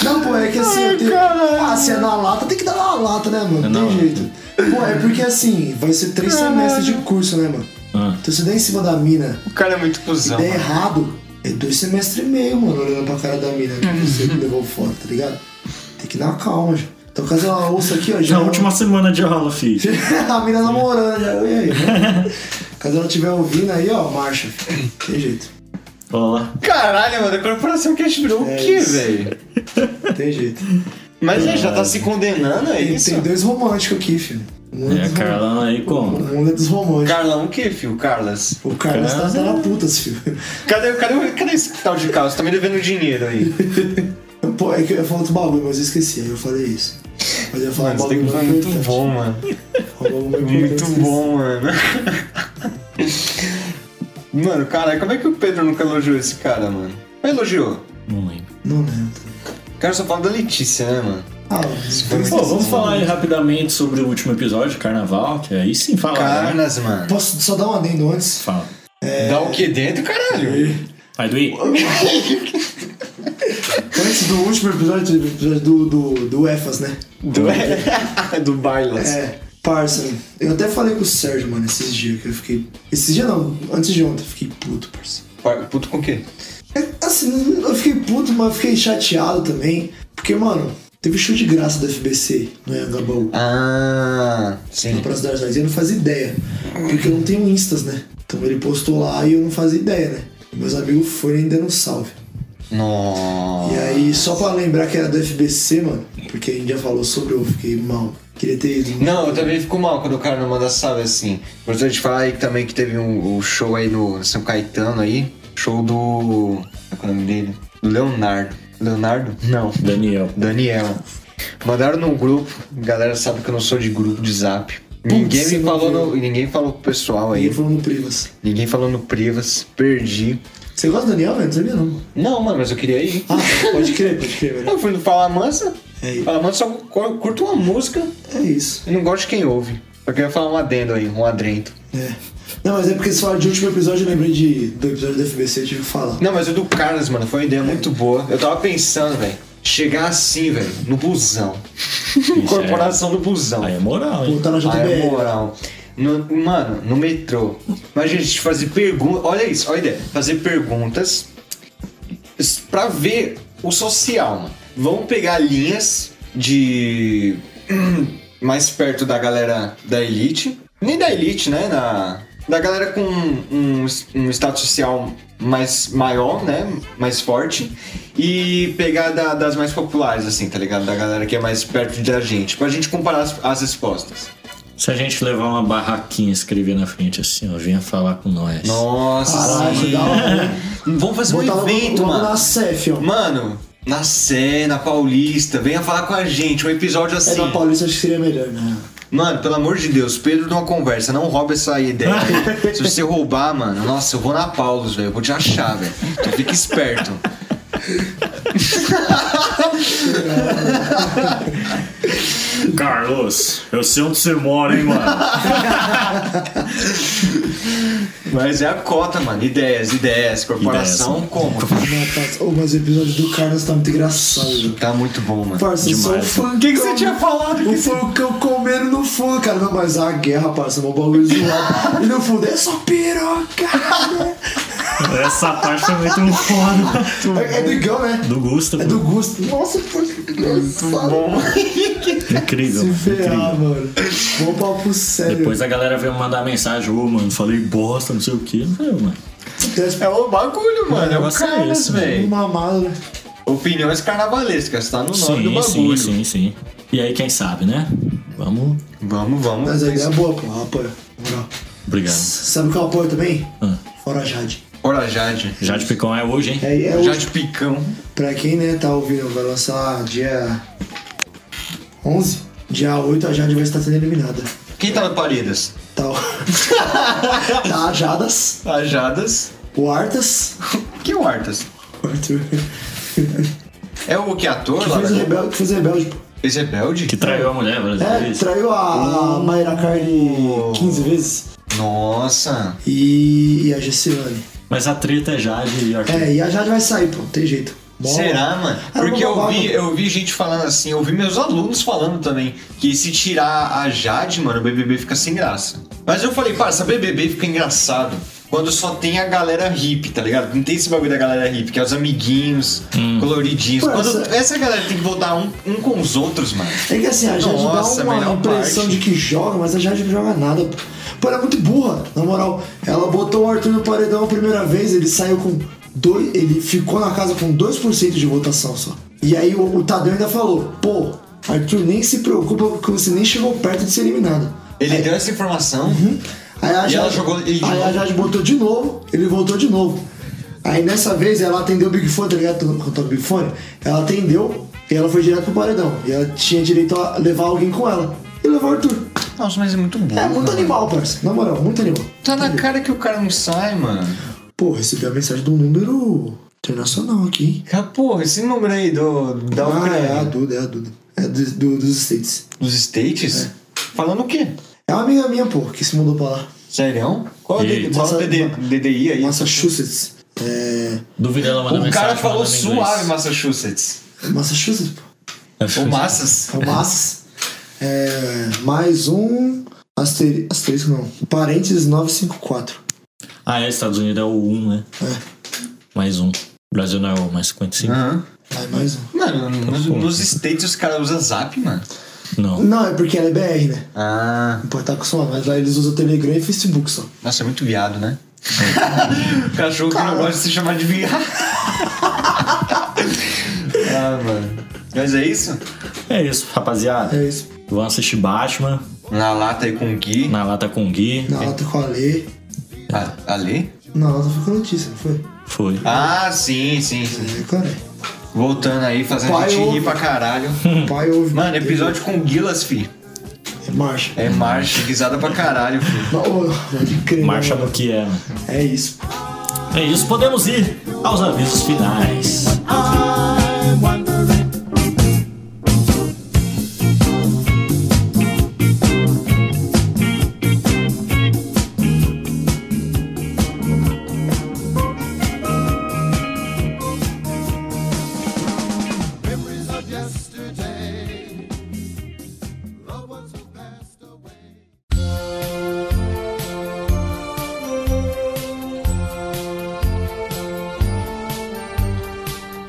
Speaker 3: Não, pô, é que assim, eu tenho...
Speaker 2: caralho.
Speaker 3: ah, se é na lata, tem que dar na lata, né, mano?
Speaker 1: É na
Speaker 3: Não
Speaker 1: lata.
Speaker 3: tem jeito. Pô, é porque assim, vai ser três semestres de curso, né, mano?
Speaker 1: Ah,
Speaker 3: Então se der em cima da mina
Speaker 2: O cara é muito
Speaker 3: e
Speaker 2: cuzão.
Speaker 3: der
Speaker 2: mano.
Speaker 3: errado, é dois semestres e meio, mano, olhando pra cara da mina que você levou fora, tá ligado? Tem que ir na calma, já. Então caso ela ouça aqui, ó, já.
Speaker 1: na é última semana de aula, fi.
Speaker 3: a mina namorando, já. E aí, mano? Caso ela estiver ouvindo aí, ó, marcha. filho. Tem jeito.
Speaker 1: Olha lá.
Speaker 2: Caralho, mano, a corporação cash virou
Speaker 3: É
Speaker 2: o quê,
Speaker 3: isso.
Speaker 2: velho?
Speaker 3: Tem jeito.
Speaker 2: Mas ele já tá se condenando, é
Speaker 3: Tem,
Speaker 2: isso?
Speaker 3: tem dois românticos aqui, filho. Um é
Speaker 1: E a Carlão aí
Speaker 3: O
Speaker 1: como?
Speaker 3: mundo é dos românticos.
Speaker 2: Carlão o que, filho? Carlas?
Speaker 3: O Carlos tá, tá na puta, esse filho.
Speaker 2: Cadê, cadê, cadê esse tal de Carlos? Tá me devendo dinheiro aí.
Speaker 3: Pô, é que eu ia falar outro bagulho, mas eu esqueci, aí eu falei isso. Mas eu ia falar um
Speaker 2: Mano, isso tem que foi
Speaker 3: muito
Speaker 2: muito
Speaker 3: importante.
Speaker 2: bom, mano.
Speaker 3: Falar um bagulho muito
Speaker 2: Muito
Speaker 3: importante.
Speaker 2: bom, mano. Mano, cara, como é que o Pedro nunca elogiou esse cara, mano? Mas elogiou.
Speaker 1: Não lembro.
Speaker 3: Não lembro.
Speaker 2: O cara só fala da Letícia, né, mano?
Speaker 3: Ah,
Speaker 1: Pô, vamos falar aí rapidamente sobre o último episódio, Carnaval, que aí sim
Speaker 3: Ah, é?
Speaker 1: fala. Né?
Speaker 2: Carnas, mano.
Speaker 3: Posso só dar um adendo antes?
Speaker 1: Fala.
Speaker 3: É.
Speaker 2: Dá o que dentro, caralho?
Speaker 1: Vai doer?
Speaker 3: Antes do último episódio, episódio do, do, do EFAS, né?
Speaker 2: Do, do Barlas.
Speaker 3: É, parça, eu até falei com o Sérgio, mano, esses dias que eu fiquei. Esses dias não, antes de ontem, eu fiquei puto, parça.
Speaker 2: Par- Puto com o quê?
Speaker 3: É, Assim, eu fiquei puto, mas fiquei chateado também. Porque, mano, teve show de graça do FBC no Yangabaú.
Speaker 2: Ah, sim.
Speaker 3: Pra Cidade das Artes, eu não fazia ideia. Porque eu não tenho instas, né? Então ele postou lá e eu não fazia ideia, né? Meus amigos foram e deram um salve.
Speaker 2: Nossa.
Speaker 3: E aí, só pra lembrar que era do FBC, mano, porque a gente já falou sobre eu fiquei mal. Queria ter ido. né,
Speaker 2: Não, eu também fico mal quando o cara não manda salve assim. Gostaria de falar aí que também que teve um, um show aí no São Caetano aí. Show do. Qual é o nome dele? Do Leonardo. Leonardo? Não.
Speaker 1: Daniel.
Speaker 2: Daniel. Mandaram num grupo. Galera sabe que eu não sou de grupo de zap. Ninguém
Speaker 3: você
Speaker 2: me
Speaker 3: não
Speaker 2: falou
Speaker 3: viu.
Speaker 2: no, ninguém falou pro pessoal
Speaker 3: Aí
Speaker 2: aí.
Speaker 3: falou no Privas.
Speaker 2: Ninguém falou no Privas. Perdi.
Speaker 3: Você gosta do Daniel, velho? Não sabia não.
Speaker 2: Não, mano, mas eu queria ir.
Speaker 3: Ah, pode crer, pode crer, velho.
Speaker 2: Eu fui no Fala Mansa.
Speaker 3: É,
Speaker 2: Fala Mansa só cur- curto uma música
Speaker 3: é isso.
Speaker 2: e não gosto de quem ouve. Eu queria falar um adendo aí, um adrento.
Speaker 3: É. Não, mas é porque se falar de último episódio, eu lembrei de, do episódio do FBC, eu tive que falar.
Speaker 2: Não, mas o do Carlos, mano, foi uma ideia muito boa. Eu tava pensando, velho. Chegar assim, velho, no busão. Corporação do busão.
Speaker 1: é. Aí é moral, hein?
Speaker 3: Voltar na
Speaker 2: Ah, é
Speaker 3: JBL.
Speaker 2: moral. No- mano, no metrô. Imagina a gente fazer perguntas. Olha isso, olha a ideia. Fazer perguntas s- pra ver o social, mano. Vamos pegar linhas de. mais perto da galera da elite. Nem da elite, né? Na, da galera com um, um, um status social mais maior, né? Mais forte. E pegar da- das mais populares, assim, tá ligado? Da galera que é mais perto da gente. Pra gente comparar as- as respostas.
Speaker 1: Se a gente levar uma barraquinha e escrever na frente assim, ó, venha falar com nós.
Speaker 2: Nossa,
Speaker 3: Caralho,
Speaker 2: sim.
Speaker 3: da hora, né?
Speaker 2: Vamos fazer
Speaker 3: Botar
Speaker 2: um
Speaker 3: logo,
Speaker 2: evento,
Speaker 3: logo na
Speaker 2: mano.
Speaker 3: CEF, ó.
Speaker 2: Mano, na Sé, na Paulista, venha falar com a gente, um episódio
Speaker 3: É
Speaker 2: assim.
Speaker 3: na Paulista, acho que seria melhor, né?
Speaker 2: Mano, pelo amor de Deus, Pedro numa conversa, não rouba essa ideia. Se você roubar, mano, nossa, eu vou na Paulus, velho, eu vou te achar, velho. Tu fica esperto.
Speaker 1: Carlos, eu sei onde você mora, hein, mano?
Speaker 2: Mas é a cota, mano, ideias, ideias, corporação,
Speaker 1: Ideias, né?
Speaker 2: como?
Speaker 3: Não, tá- Ô, mas o episódio do Carlos tá muito engraçado, velho.
Speaker 2: Tá muito bom, mano.
Speaker 3: Parça, eu sou um
Speaker 1: Demais,
Speaker 3: fã.
Speaker 2: O que, que você tinha falado?
Speaker 3: O Falcão comendo no fundo, cara. Não, mas a guerra, parça, é um bagulho zoado. E no fundo, é só piroca. né?
Speaker 1: Essa parte foi muito foda.
Speaker 3: É, é do Igão, né?
Speaker 1: Do Gusto,
Speaker 3: É do Gusto. Nossa, pô, que engraçado.
Speaker 2: Bom,
Speaker 1: incrível,
Speaker 3: Se
Speaker 1: mano,
Speaker 3: ferrar,
Speaker 1: incrível.
Speaker 3: mano. Bom papo sério.
Speaker 1: Depois a galera veio me mandar mensagem, ô, mano, falei bosta, não sei o que. mano.
Speaker 3: Desce
Speaker 2: é o bagulho, mano, é o
Speaker 1: negócio é
Speaker 2: Carlos,
Speaker 1: esse, mano.
Speaker 2: velho.
Speaker 3: mamado, né?
Speaker 2: Opiniões carnavalescas, tá no nome
Speaker 1: Sim,
Speaker 2: do
Speaker 1: sim,
Speaker 2: bagulho.
Speaker 1: sim, sim. E aí, quem sabe, né? Vamos.
Speaker 2: Vamos, vamos.
Speaker 3: Mas a ideia é boa, pô. Eu apoio. Na moral.
Speaker 1: Obrigado.
Speaker 3: Sabe é o que eu apoio também?
Speaker 1: Ah,
Speaker 3: Fora Jade.
Speaker 2: Ora, Jade.
Speaker 1: Jade Picão é hoje, hein?
Speaker 3: É, é hoje.
Speaker 2: Jade Picão.
Speaker 3: Pra quem, né, tá ouvindo, vai lançar dia 11. Dia 8 a Jade vai estar sendo eliminada.
Speaker 2: Quem tá na Paredes?
Speaker 3: Tal. tá a Jadas.
Speaker 2: A Jadas.
Speaker 3: O Artas.
Speaker 2: Quem é o Artas?
Speaker 3: O Arthur.
Speaker 2: É o que ator
Speaker 3: Que
Speaker 2: lá?
Speaker 3: fez o
Speaker 2: da-
Speaker 3: Rebelde. Que fez o Rebelde. pô.
Speaker 2: Esse é Belde?
Speaker 1: Que traiu a mulher,
Speaker 3: É,
Speaker 1: brasileira.
Speaker 3: traiu a
Speaker 2: Oh.
Speaker 3: a Mayra Carne 15 vezes.
Speaker 2: Nossa.
Speaker 3: E, e a Gessilane.
Speaker 1: Mas a treta é Jade e Arthur.
Speaker 3: É, e a Jade vai sair, pô. não Tem jeito. Bom,
Speaker 2: Será, mano?
Speaker 3: Ah,
Speaker 2: Porque eu
Speaker 3: babado.
Speaker 2: vi, eu vi gente falando assim, eu vi meus alunos falando também que se tirar a Jade, mano, o BBB fica sem graça. Mas eu falei, parça, BBB fica engraçado quando só tem a galera hippie, tá ligado? Não tem esse bagulho da galera hippie, que é os amiguinhos, coloridinhos.
Speaker 3: Parça.
Speaker 2: Quando essa galera tem que voltar um, um com os outros, mano.
Speaker 3: É que assim, a Jade
Speaker 2: Nossa,
Speaker 3: dá uma
Speaker 2: melhor
Speaker 3: impressão
Speaker 2: parte.
Speaker 3: de que joga, mas a Jade não joga nada, pô. Pô, ela é muito burra, na moral. Ela botou o Arthur no paredão a primeira vez, ele saiu com. Dois, ele ficou na casa com 2% de votação só. E aí o, o Tadeu ainda falou, pô, Arthur nem se preocupa porque você nem chegou perto de ser eliminado.
Speaker 2: Ele deu essa informação.
Speaker 3: Uhum. Aí a
Speaker 2: E ela
Speaker 3: Jade-
Speaker 2: jogou ele de
Speaker 3: aí a
Speaker 2: novo.
Speaker 3: Jade botou de novo, ele voltou de novo. Aí nessa vez ela atendeu o Big Fone, tá ligado? Quando toca o Big Fone, ela atendeu e ela foi direto pro paredão. E ela tinha direito a levar alguém com ela. E levou o Arthur.
Speaker 2: Nossa, mas é muito bom.
Speaker 3: É muito
Speaker 2: mano.
Speaker 3: animal, parceiro. Na moral, muito animal.
Speaker 2: Tá na cara que o cara não sai, mano.
Speaker 3: Pô, recebi a mensagem do número internacional aqui, hein?
Speaker 2: Ah, Porra, esse número aí do, da
Speaker 3: ah, é a
Speaker 2: Ucrânia,
Speaker 3: Duda, é a Duda. É do- do- dos States.
Speaker 2: dos States, falando o quê?
Speaker 3: É uma amiga minha, pô, que se mudou pra lá.
Speaker 2: Sério? Qual é o
Speaker 1: Eita.
Speaker 2: DD? Qual é o DD DDI aí?
Speaker 3: Massachusetts. É.
Speaker 1: Duvido ela mandar
Speaker 2: O
Speaker 1: mensagem.
Speaker 2: cara falou
Speaker 1: mandando em inglês.
Speaker 2: suave Massachusetts.
Speaker 3: Massachusetts, pô.
Speaker 2: Ou Massas.
Speaker 3: É o Mass. É, mais um. Asteri asterisco não. Parênteses 954.
Speaker 1: Ah, é, Estados Unidos é o 1, né?
Speaker 3: É.
Speaker 1: Mais um. O Brasil não é o mais 55?
Speaker 2: Aham.
Speaker 3: Aí mais um.
Speaker 2: Mano,
Speaker 1: Tá
Speaker 2: nos, nos States os caras usam zap, mano.
Speaker 1: Não.
Speaker 3: Não, é porque ela é BR, né?
Speaker 2: Ah.
Speaker 3: Importar com som, mas lá eles usam Telegram e Facebook só.
Speaker 2: Nossa, é muito viado, né? o cachorro que não gosta de se chamar de viado. ah, mano. Mas é isso?
Speaker 1: É isso, rapaziada.
Speaker 3: É isso.
Speaker 1: Vão assistir Batman,
Speaker 2: Na lata aí com o Gui.
Speaker 1: na lata com o Gui.
Speaker 3: Na lata com a Lê.
Speaker 2: A, ali?
Speaker 3: Na lata foi com a notícia, não foi?
Speaker 1: Foi.
Speaker 2: Ah, sim, sim, sim.
Speaker 3: É, cara.
Speaker 2: Voltando aí, fazendo a
Speaker 3: Pai
Speaker 2: gente
Speaker 3: ouve.
Speaker 2: rir pra caralho.
Speaker 1: Hum.
Speaker 3: Pai ouve.
Speaker 2: Mano, episódio com o Guilas, fi.
Speaker 3: É marcha.
Speaker 2: É marcha, guisada pra caralho, fi.
Speaker 3: Não, ô, pode crer.
Speaker 1: Marcha
Speaker 3: né,
Speaker 1: do
Speaker 3: mano?
Speaker 1: que é. mano.
Speaker 3: É isso.
Speaker 1: É isso, podemos ir aos avisos finais.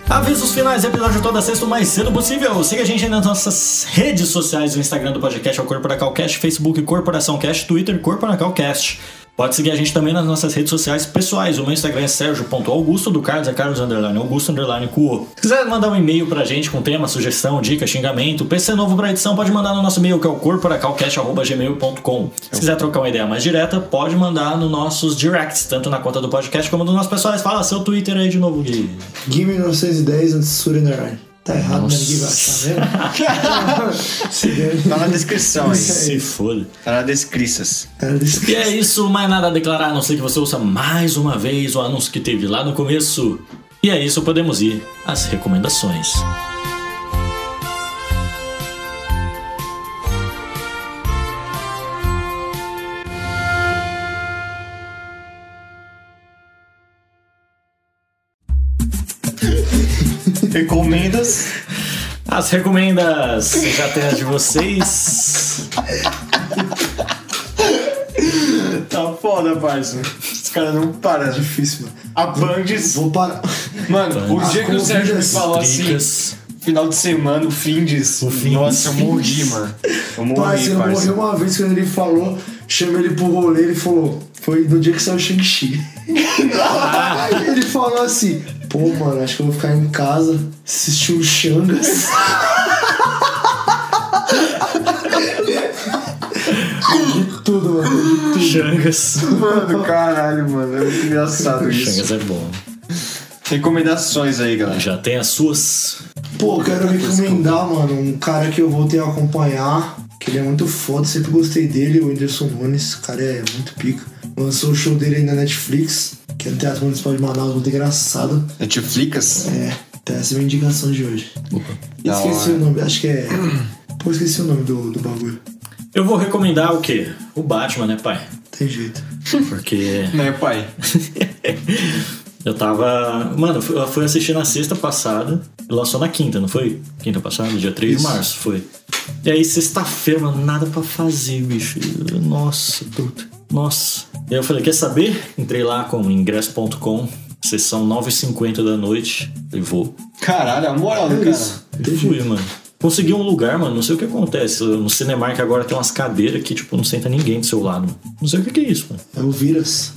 Speaker 1: Avisos finais, episódio toda sexta o mais cedo possível. Siga a gente aí nas nossas redes sociais, o Instagram do podcast é o CorporacalCast, Facebook Corporação Cast, Twitter CorporacalCast. Pode seguir a gente também nas nossas redes sociais pessoais. O meu Instagram é sergio.augusto, do Carlos é carlos, underline, augusto, underline, cuo. Se quiser mandar um e-mail pra gente com tema, sugestão, dica, xingamento, PC novo pra edição, pode mandar no nosso e-mail, que é o corporacalcast.gmail.com. Se quiser trocar uma ideia mais direta, pode mandar nos nossos directs, tanto na conta do podcast como do nosso pessoais. Fala seu Twitter aí de novo, Gui.
Speaker 3: Gui 1910 antes Surinarine. Tá errado, né? Gui vai, tá vendo? Se deu.
Speaker 2: Tá na descrição aí.
Speaker 1: Se foda.
Speaker 2: Tá na descriças.
Speaker 3: Era desse-
Speaker 1: E é isso, mais nada a declarar, a não ser que você ouça mais uma vez o anúncio que teve lá no começo. E é isso, podemos ir às recomendações.
Speaker 2: Recomendas.
Speaker 1: As recomendas já tem as de vocês.
Speaker 2: Tá foda, parça. Os caras não param.
Speaker 3: Difícil, mano.
Speaker 2: A Bandes.
Speaker 3: Vou parar.
Speaker 2: Mano, o dia que o Sérgio me
Speaker 3: As
Speaker 2: falou assim,
Speaker 1: Tricas.
Speaker 2: final de semana, o Findes. O
Speaker 1: Findes.
Speaker 2: Nossa, eu morri, mano. Eu
Speaker 3: Parça,
Speaker 2: morri,
Speaker 3: eu morri
Speaker 2: parça.
Speaker 3: uma vez quando ele falou, chamei ele pro rolê, ele falou, foi no dia que saiu o Shang-Chi.
Speaker 2: Ah.
Speaker 3: Aí ele falou assim, pô, mano, acho que eu vou ficar em casa, assistir o Xangas. De tudo, mano. De tudo.
Speaker 1: Xangas.
Speaker 2: Mano, caralho, mano. É muito engraçado isso.
Speaker 1: Xangas é bom.
Speaker 2: Recomendações aí, galera.
Speaker 1: Já tem as suas.
Speaker 3: Pô, quero recomendar, mano, um cara que eu voltei a acompanhar, que ele é muito foda, sempre gostei dele, o Whindersson Nunes, o cara é muito pica. Lançou o show dele aí na Netflix, que é no Teatro Municipal de Manaus, muito engraçado.
Speaker 2: Netflix?
Speaker 3: É, então essa é a minha indicação de hoje.
Speaker 2: Da
Speaker 3: Esqueci
Speaker 2: hora.
Speaker 3: o nome, acho que é. Pô, esqueci o nome do, do bagulho.
Speaker 1: Eu vou recomendar o quê? O Batman, né, pai?
Speaker 3: Tem jeito.
Speaker 1: Porque
Speaker 2: Né, pai?
Speaker 1: eu tava. Mano, eu fui- eu fui assistir na sexta passada. e Lançou na quinta, não foi? Quinta passada, dia 3 de março, foi. E aí, sexta-feira, mano, nada pra fazer, bicho. Nossa, puta. Nossa. E aí eu falei, quer saber? Entrei lá com ingresso.com, sessão 9h50 da noite. E vou.
Speaker 2: Caralho, a moral do
Speaker 3: É isso.
Speaker 2: cara.
Speaker 3: Tem
Speaker 1: Fui,
Speaker 3: jeito.
Speaker 1: mano. Consegui um lugar, mano. Não sei o que acontece. No Cinemark agora tem umas cadeiras que, tipo, não senta ninguém do seu lado. mano. Não sei o que que é isso, mano.
Speaker 3: É o Viras.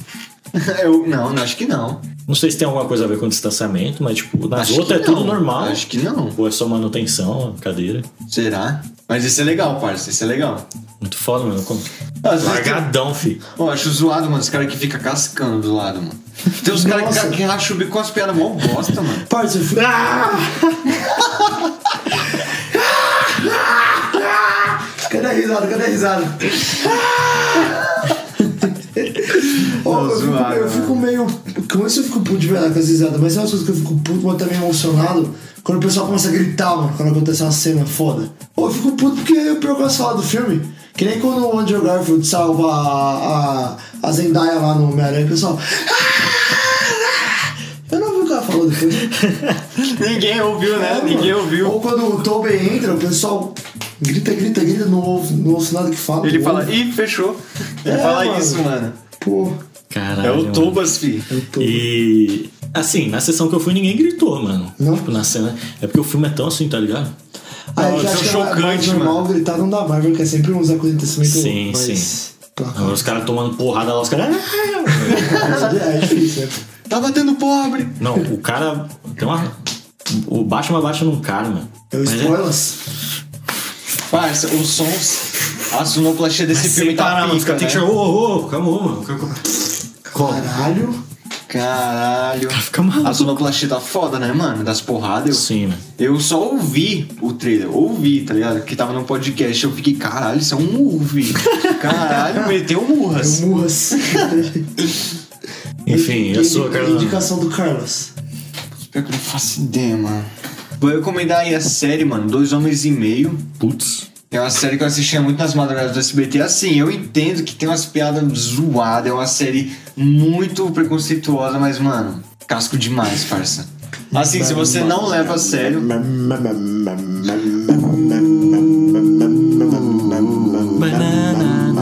Speaker 2: Eu, não, não, acho que não.
Speaker 1: Não sei se tem alguma coisa a ver com distanciamento, mas tipo, nas
Speaker 2: Acho
Speaker 1: outras é
Speaker 2: que
Speaker 1: tudo
Speaker 2: não.
Speaker 1: normal.
Speaker 2: Acho que não.
Speaker 1: Ou é só manutenção, cadeira.
Speaker 2: Será? Mas isso é legal, parça. Isso é legal.
Speaker 1: Muito foda, mano. Como...
Speaker 2: Às vezes tem-
Speaker 1: Largadão, fi.
Speaker 2: Pô, acho zoado, mano. Os caras que ficam cascando do lado, mano. Tem uns caras
Speaker 3: Nossa.
Speaker 2: que, que racham o bico com as pernas mó bosta, mano.
Speaker 3: Parça, eu fui- Cadê a risada? Cadê a risada? Ah! Ó, eu, fico,
Speaker 2: zoado,
Speaker 3: eu fico meio. Com isso eu fico puto de verdade com as risadas, mas é uma coisa que eu fico puto, mas também emocionado. Quando o pessoal começa a gritar, mano, quando acontece uma cena foda. Pô, eu fico puto porque é eu perco as falas do filme. Que nem quando o Andrew Garfield salva a, a, a Zendaya lá no Homem-Aranha, o pessoal. "Ah, Eu não vi o que ela falou depois.
Speaker 2: Ninguém ouviu, né?
Speaker 3: É,
Speaker 2: Ninguém
Speaker 3: mano.
Speaker 2: ouviu.
Speaker 3: Ou quando o Tobey entra, o pessoal grita, grita, grita, não ouve, não ouve nada que fala.
Speaker 2: Ele
Speaker 3: Não
Speaker 2: fala,
Speaker 3: ouve.
Speaker 2: ih, fechou.
Speaker 3: É,
Speaker 2: Ele fala
Speaker 3: mano.
Speaker 2: isso, mano.
Speaker 3: Pô,
Speaker 1: Caralho.
Speaker 2: É o
Speaker 1: mano.
Speaker 2: Tobas, fi.
Speaker 1: E. Assim, na sessão que eu fui, ninguém gritou, mano.
Speaker 3: Não?
Speaker 1: Tipo, na cena. É porque o filme é tão assim, tá ligado?
Speaker 3: ah,
Speaker 2: Não,
Speaker 3: eu já
Speaker 2: isso
Speaker 3: acho
Speaker 2: é
Speaker 3: que era mais
Speaker 2: chocante,
Speaker 3: normal
Speaker 2: mano.
Speaker 3: gritar não dá Marvel, que é sempre uns acontecimentos
Speaker 1: Sim,
Speaker 3: mais...
Speaker 1: sim.
Speaker 2: Tá.
Speaker 3: Pra cá.
Speaker 1: Agora os caras tomando porrada lá, os caras. "Ah!"
Speaker 3: É difícil, né?
Speaker 2: Tá batendo pobre.
Speaker 1: Não, o cara. Tem uma. O Batman baixa num cara, mano.
Speaker 3: É o
Speaker 1: Mas
Speaker 3: spoilers.
Speaker 2: Parça, os sons, a sonoplastia desse filme
Speaker 1: Sem
Speaker 2: tá
Speaker 1: parar, mano. Os
Speaker 2: pica,
Speaker 1: caras tem que
Speaker 2: né?
Speaker 1: chegar. Ô, ô, calma, ô, mano. Calma. Como?
Speaker 3: Caralho.
Speaker 2: Caralho.
Speaker 1: Fica maluco.
Speaker 2: A sonoplastia tá foda, né, mano? Das porradas.
Speaker 1: Sim, mano.
Speaker 2: Eu, eu só ouvi o trailer. Ouvi, tá ligado? Que tava no podcast. Eu fiquei, caralho, isso é um movie. Caralho, meteu murras.
Speaker 3: Eu murras.
Speaker 1: Enfim,
Speaker 3: E-
Speaker 1: eu sou, cara.
Speaker 3: e Indicação do Carlos.
Speaker 2: Pior que eu não faço ideia, mano. Vou recomendar aí a série, mano, Dois Homens e Meio.
Speaker 1: Putz.
Speaker 2: É uma série que eu assistia muito nas madrugadas do SBT. Assim, eu entendo que tem umas piadas zoadas, é uma série muito preconceituosa, mas, mano, casco demais, parça. Assim, se você não leva a sério.
Speaker 1: Banana.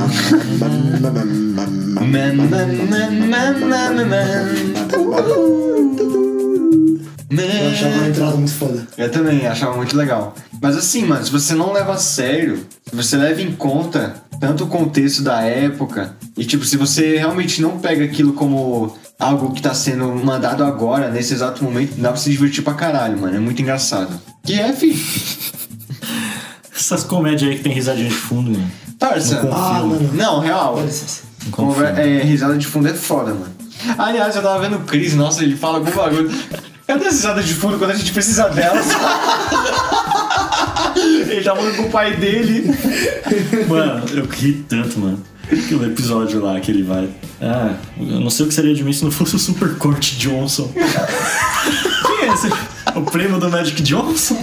Speaker 3: Eu achava uma entrada muito foda.
Speaker 2: Eu também achava muito legal. Mas assim, mano, se você não leva a sério, se você leva em conta tanto o contexto da época, e tipo, se você realmente não pega aquilo como algo que tá sendo mandado agora, nesse exato momento, dá pra se divertir pra caralho, mano. É muito engraçado. Que é, fi.
Speaker 1: Essas comédias aí que tem risadinha de fundo, mano.
Speaker 2: Tarsa.
Speaker 3: Ah, mano.
Speaker 2: Não, real.
Speaker 3: Dá licença.
Speaker 2: Conver- é, risada de fundo é foda, mano. Aliás, eu tava vendo o Chris, nossa, ele fala algum bagulho. Cadê as risadas de fundo quando a gente precisa delas? ele tá falando com o pai dele.
Speaker 1: Mano, eu ri tanto, mano. Aquele episódio lá que ele vai. Ah, eu não sei o que seria de mim se não fosse o Super Corte Johnson. Quem é esse? O primo do Magic Johnson?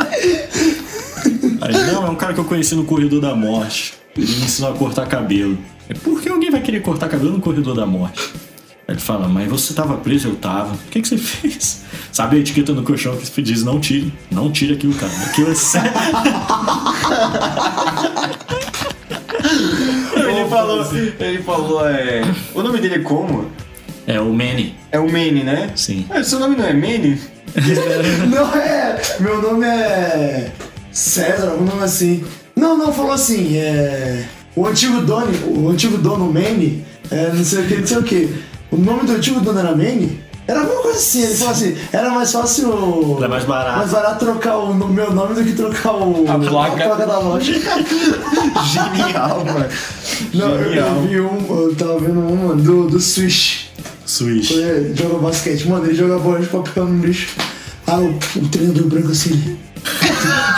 Speaker 1: Aí, não, é um cara que eu conheci no Corredor da Morte. Ele me ensinou a cortar cabelo. É, Por que alguém vai querer cortar cabelo no Corredor da Morte? Aí Ele fala, mas você tava preso, eu tava. O que, que você fez? Sabe a etiqueta no colchão que diz não tire? Não tire aquilo, cara. Aquilo é sério.
Speaker 2: ele falou, ele falou, é. O nome dele é como?
Speaker 1: É o Manny.
Speaker 2: É o Manny, né?
Speaker 1: Sim.
Speaker 2: É, seu nome não é Manny?
Speaker 3: Não é. Meu nome é. César, algum nome assim. Não, não, falou assim. É. O antigo dono, o antigo dono Manny, é, não sei o que, não sei o que. O nome do antigo dono era Manny? Era alguma coisa assim, ele falou assim, era mais fácil.
Speaker 1: Era é mais barato.
Speaker 3: Mais barato trocar o no- meu nome do que trocar o.
Speaker 2: A placa.
Speaker 3: da loja.
Speaker 2: Genial, mano.
Speaker 3: Não, eu,
Speaker 2: Genial.
Speaker 3: eu vi um, eu tava vendo um mano, do, do Switch.
Speaker 1: Switch.
Speaker 3: Ele "É, joga basquete, mano, ele joga bola de papel no lixo. Aí o, o treinador branco assim.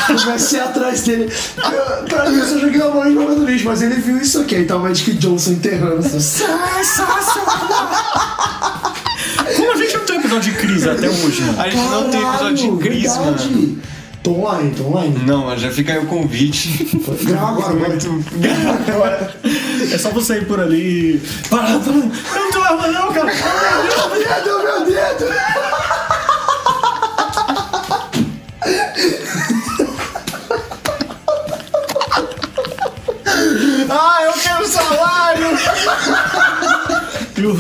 Speaker 3: ele- Comecei atrás dele. Eu- Pra mim, eu só joguei uma bola de papel no lixo, mas ele viu isso aqui. Aí tá o Magic Johnson enterrando. Assim, sai, sai, sai.
Speaker 1: Como a gente não tem episódio de crise até hoje, mano?
Speaker 2: A gente não tem episódio de Chris,
Speaker 3: verdade.
Speaker 2: mano.
Speaker 3: Tô online, tô online.
Speaker 2: Não, mas já fica aí o convite.
Speaker 3: Grava agora, bora.
Speaker 2: Hum, Muito. Agora.
Speaker 1: É só você ir por ali. Para, para. Eu não tô arma, não, cara.
Speaker 3: Meu dedo, meu dedo!
Speaker 2: Ah, eu quero salário!
Speaker 1: Eu.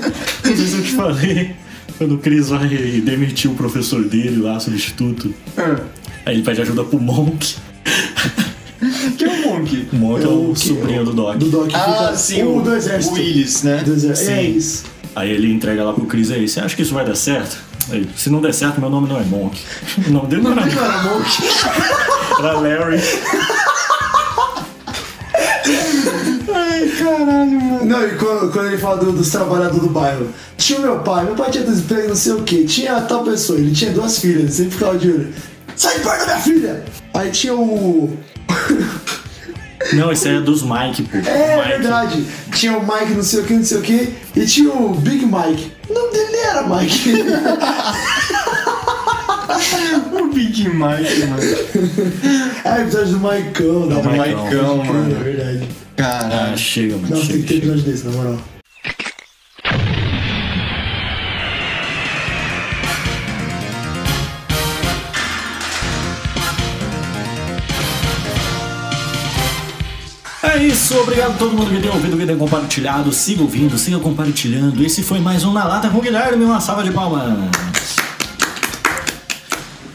Speaker 1: Não sei se eu te falei. Quando o Cris vai demitir o professor dele lá, substituto. Aí ele pede ajuda pro Monk.
Speaker 2: Que é o Monk.
Speaker 1: Monk é
Speaker 3: Eu-
Speaker 1: o sobrinho do Doc.
Speaker 3: Do Doc.
Speaker 2: Ah,
Speaker 3: fica-
Speaker 2: sim,
Speaker 3: o
Speaker 2: o,
Speaker 3: um do exército.
Speaker 2: o Willis, né?
Speaker 3: Do exército. É
Speaker 2: Sim.
Speaker 3: isso.
Speaker 1: Aí ele entrega lá pro Chris aí, você acha que isso vai dar certo? Aí, se não der certo, meu nome não é Monk. O nome dele não era Monk,
Speaker 3: Cara, Monk.
Speaker 1: era Larry.
Speaker 3: Não, e quando, quando ele fala do- dos trabalhadores do bairro. Tinha o meu pai, meu pai tinha desemprego, não sei o quê. Tinha a tal pessoa, ele tinha duas filhas, ele sempre ficava de olho. Sai de perto da minha filha! Aí tinha o.
Speaker 1: Não, esse aí é dos Mike, pô.
Speaker 3: É
Speaker 1: Mike.
Speaker 3: verdade! Tinha o Mike, não sei o quê, não sei o quê. E tinha o Big Mike. O nome dele nem era Mike.
Speaker 2: O Big Mike, mano.
Speaker 3: ah, episódio do Maicão, da
Speaker 2: O
Speaker 1: Mike.
Speaker 3: Mike.
Speaker 2: Maicão,
Speaker 3: É
Speaker 2: mano.
Speaker 3: verdade.
Speaker 1: Ah,
Speaker 2: Caralho.
Speaker 1: chega, mano.
Speaker 3: Não, tem
Speaker 1: chega,
Speaker 3: que ter
Speaker 1: chega.
Speaker 3: episódio desse, na moral.
Speaker 1: É isso, obrigado a todo mundo que tem ouvido, que tem compartilhado. Siga ouvindo, siga compartilhando. Esse foi mais um Na Lata com o Guilherme, uma salva de palmas.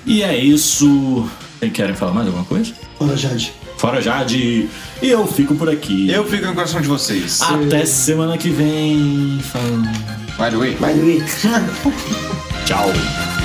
Speaker 1: E é isso. Vocês querem falar mais alguma coisa?
Speaker 3: Bora, Jade.
Speaker 1: Fora Jade. E eu fico por aqui.
Speaker 2: Eu fico no coração de vocês.
Speaker 1: Até semana que vem. Falou.
Speaker 2: By the way.
Speaker 3: By the way.
Speaker 1: Tchau.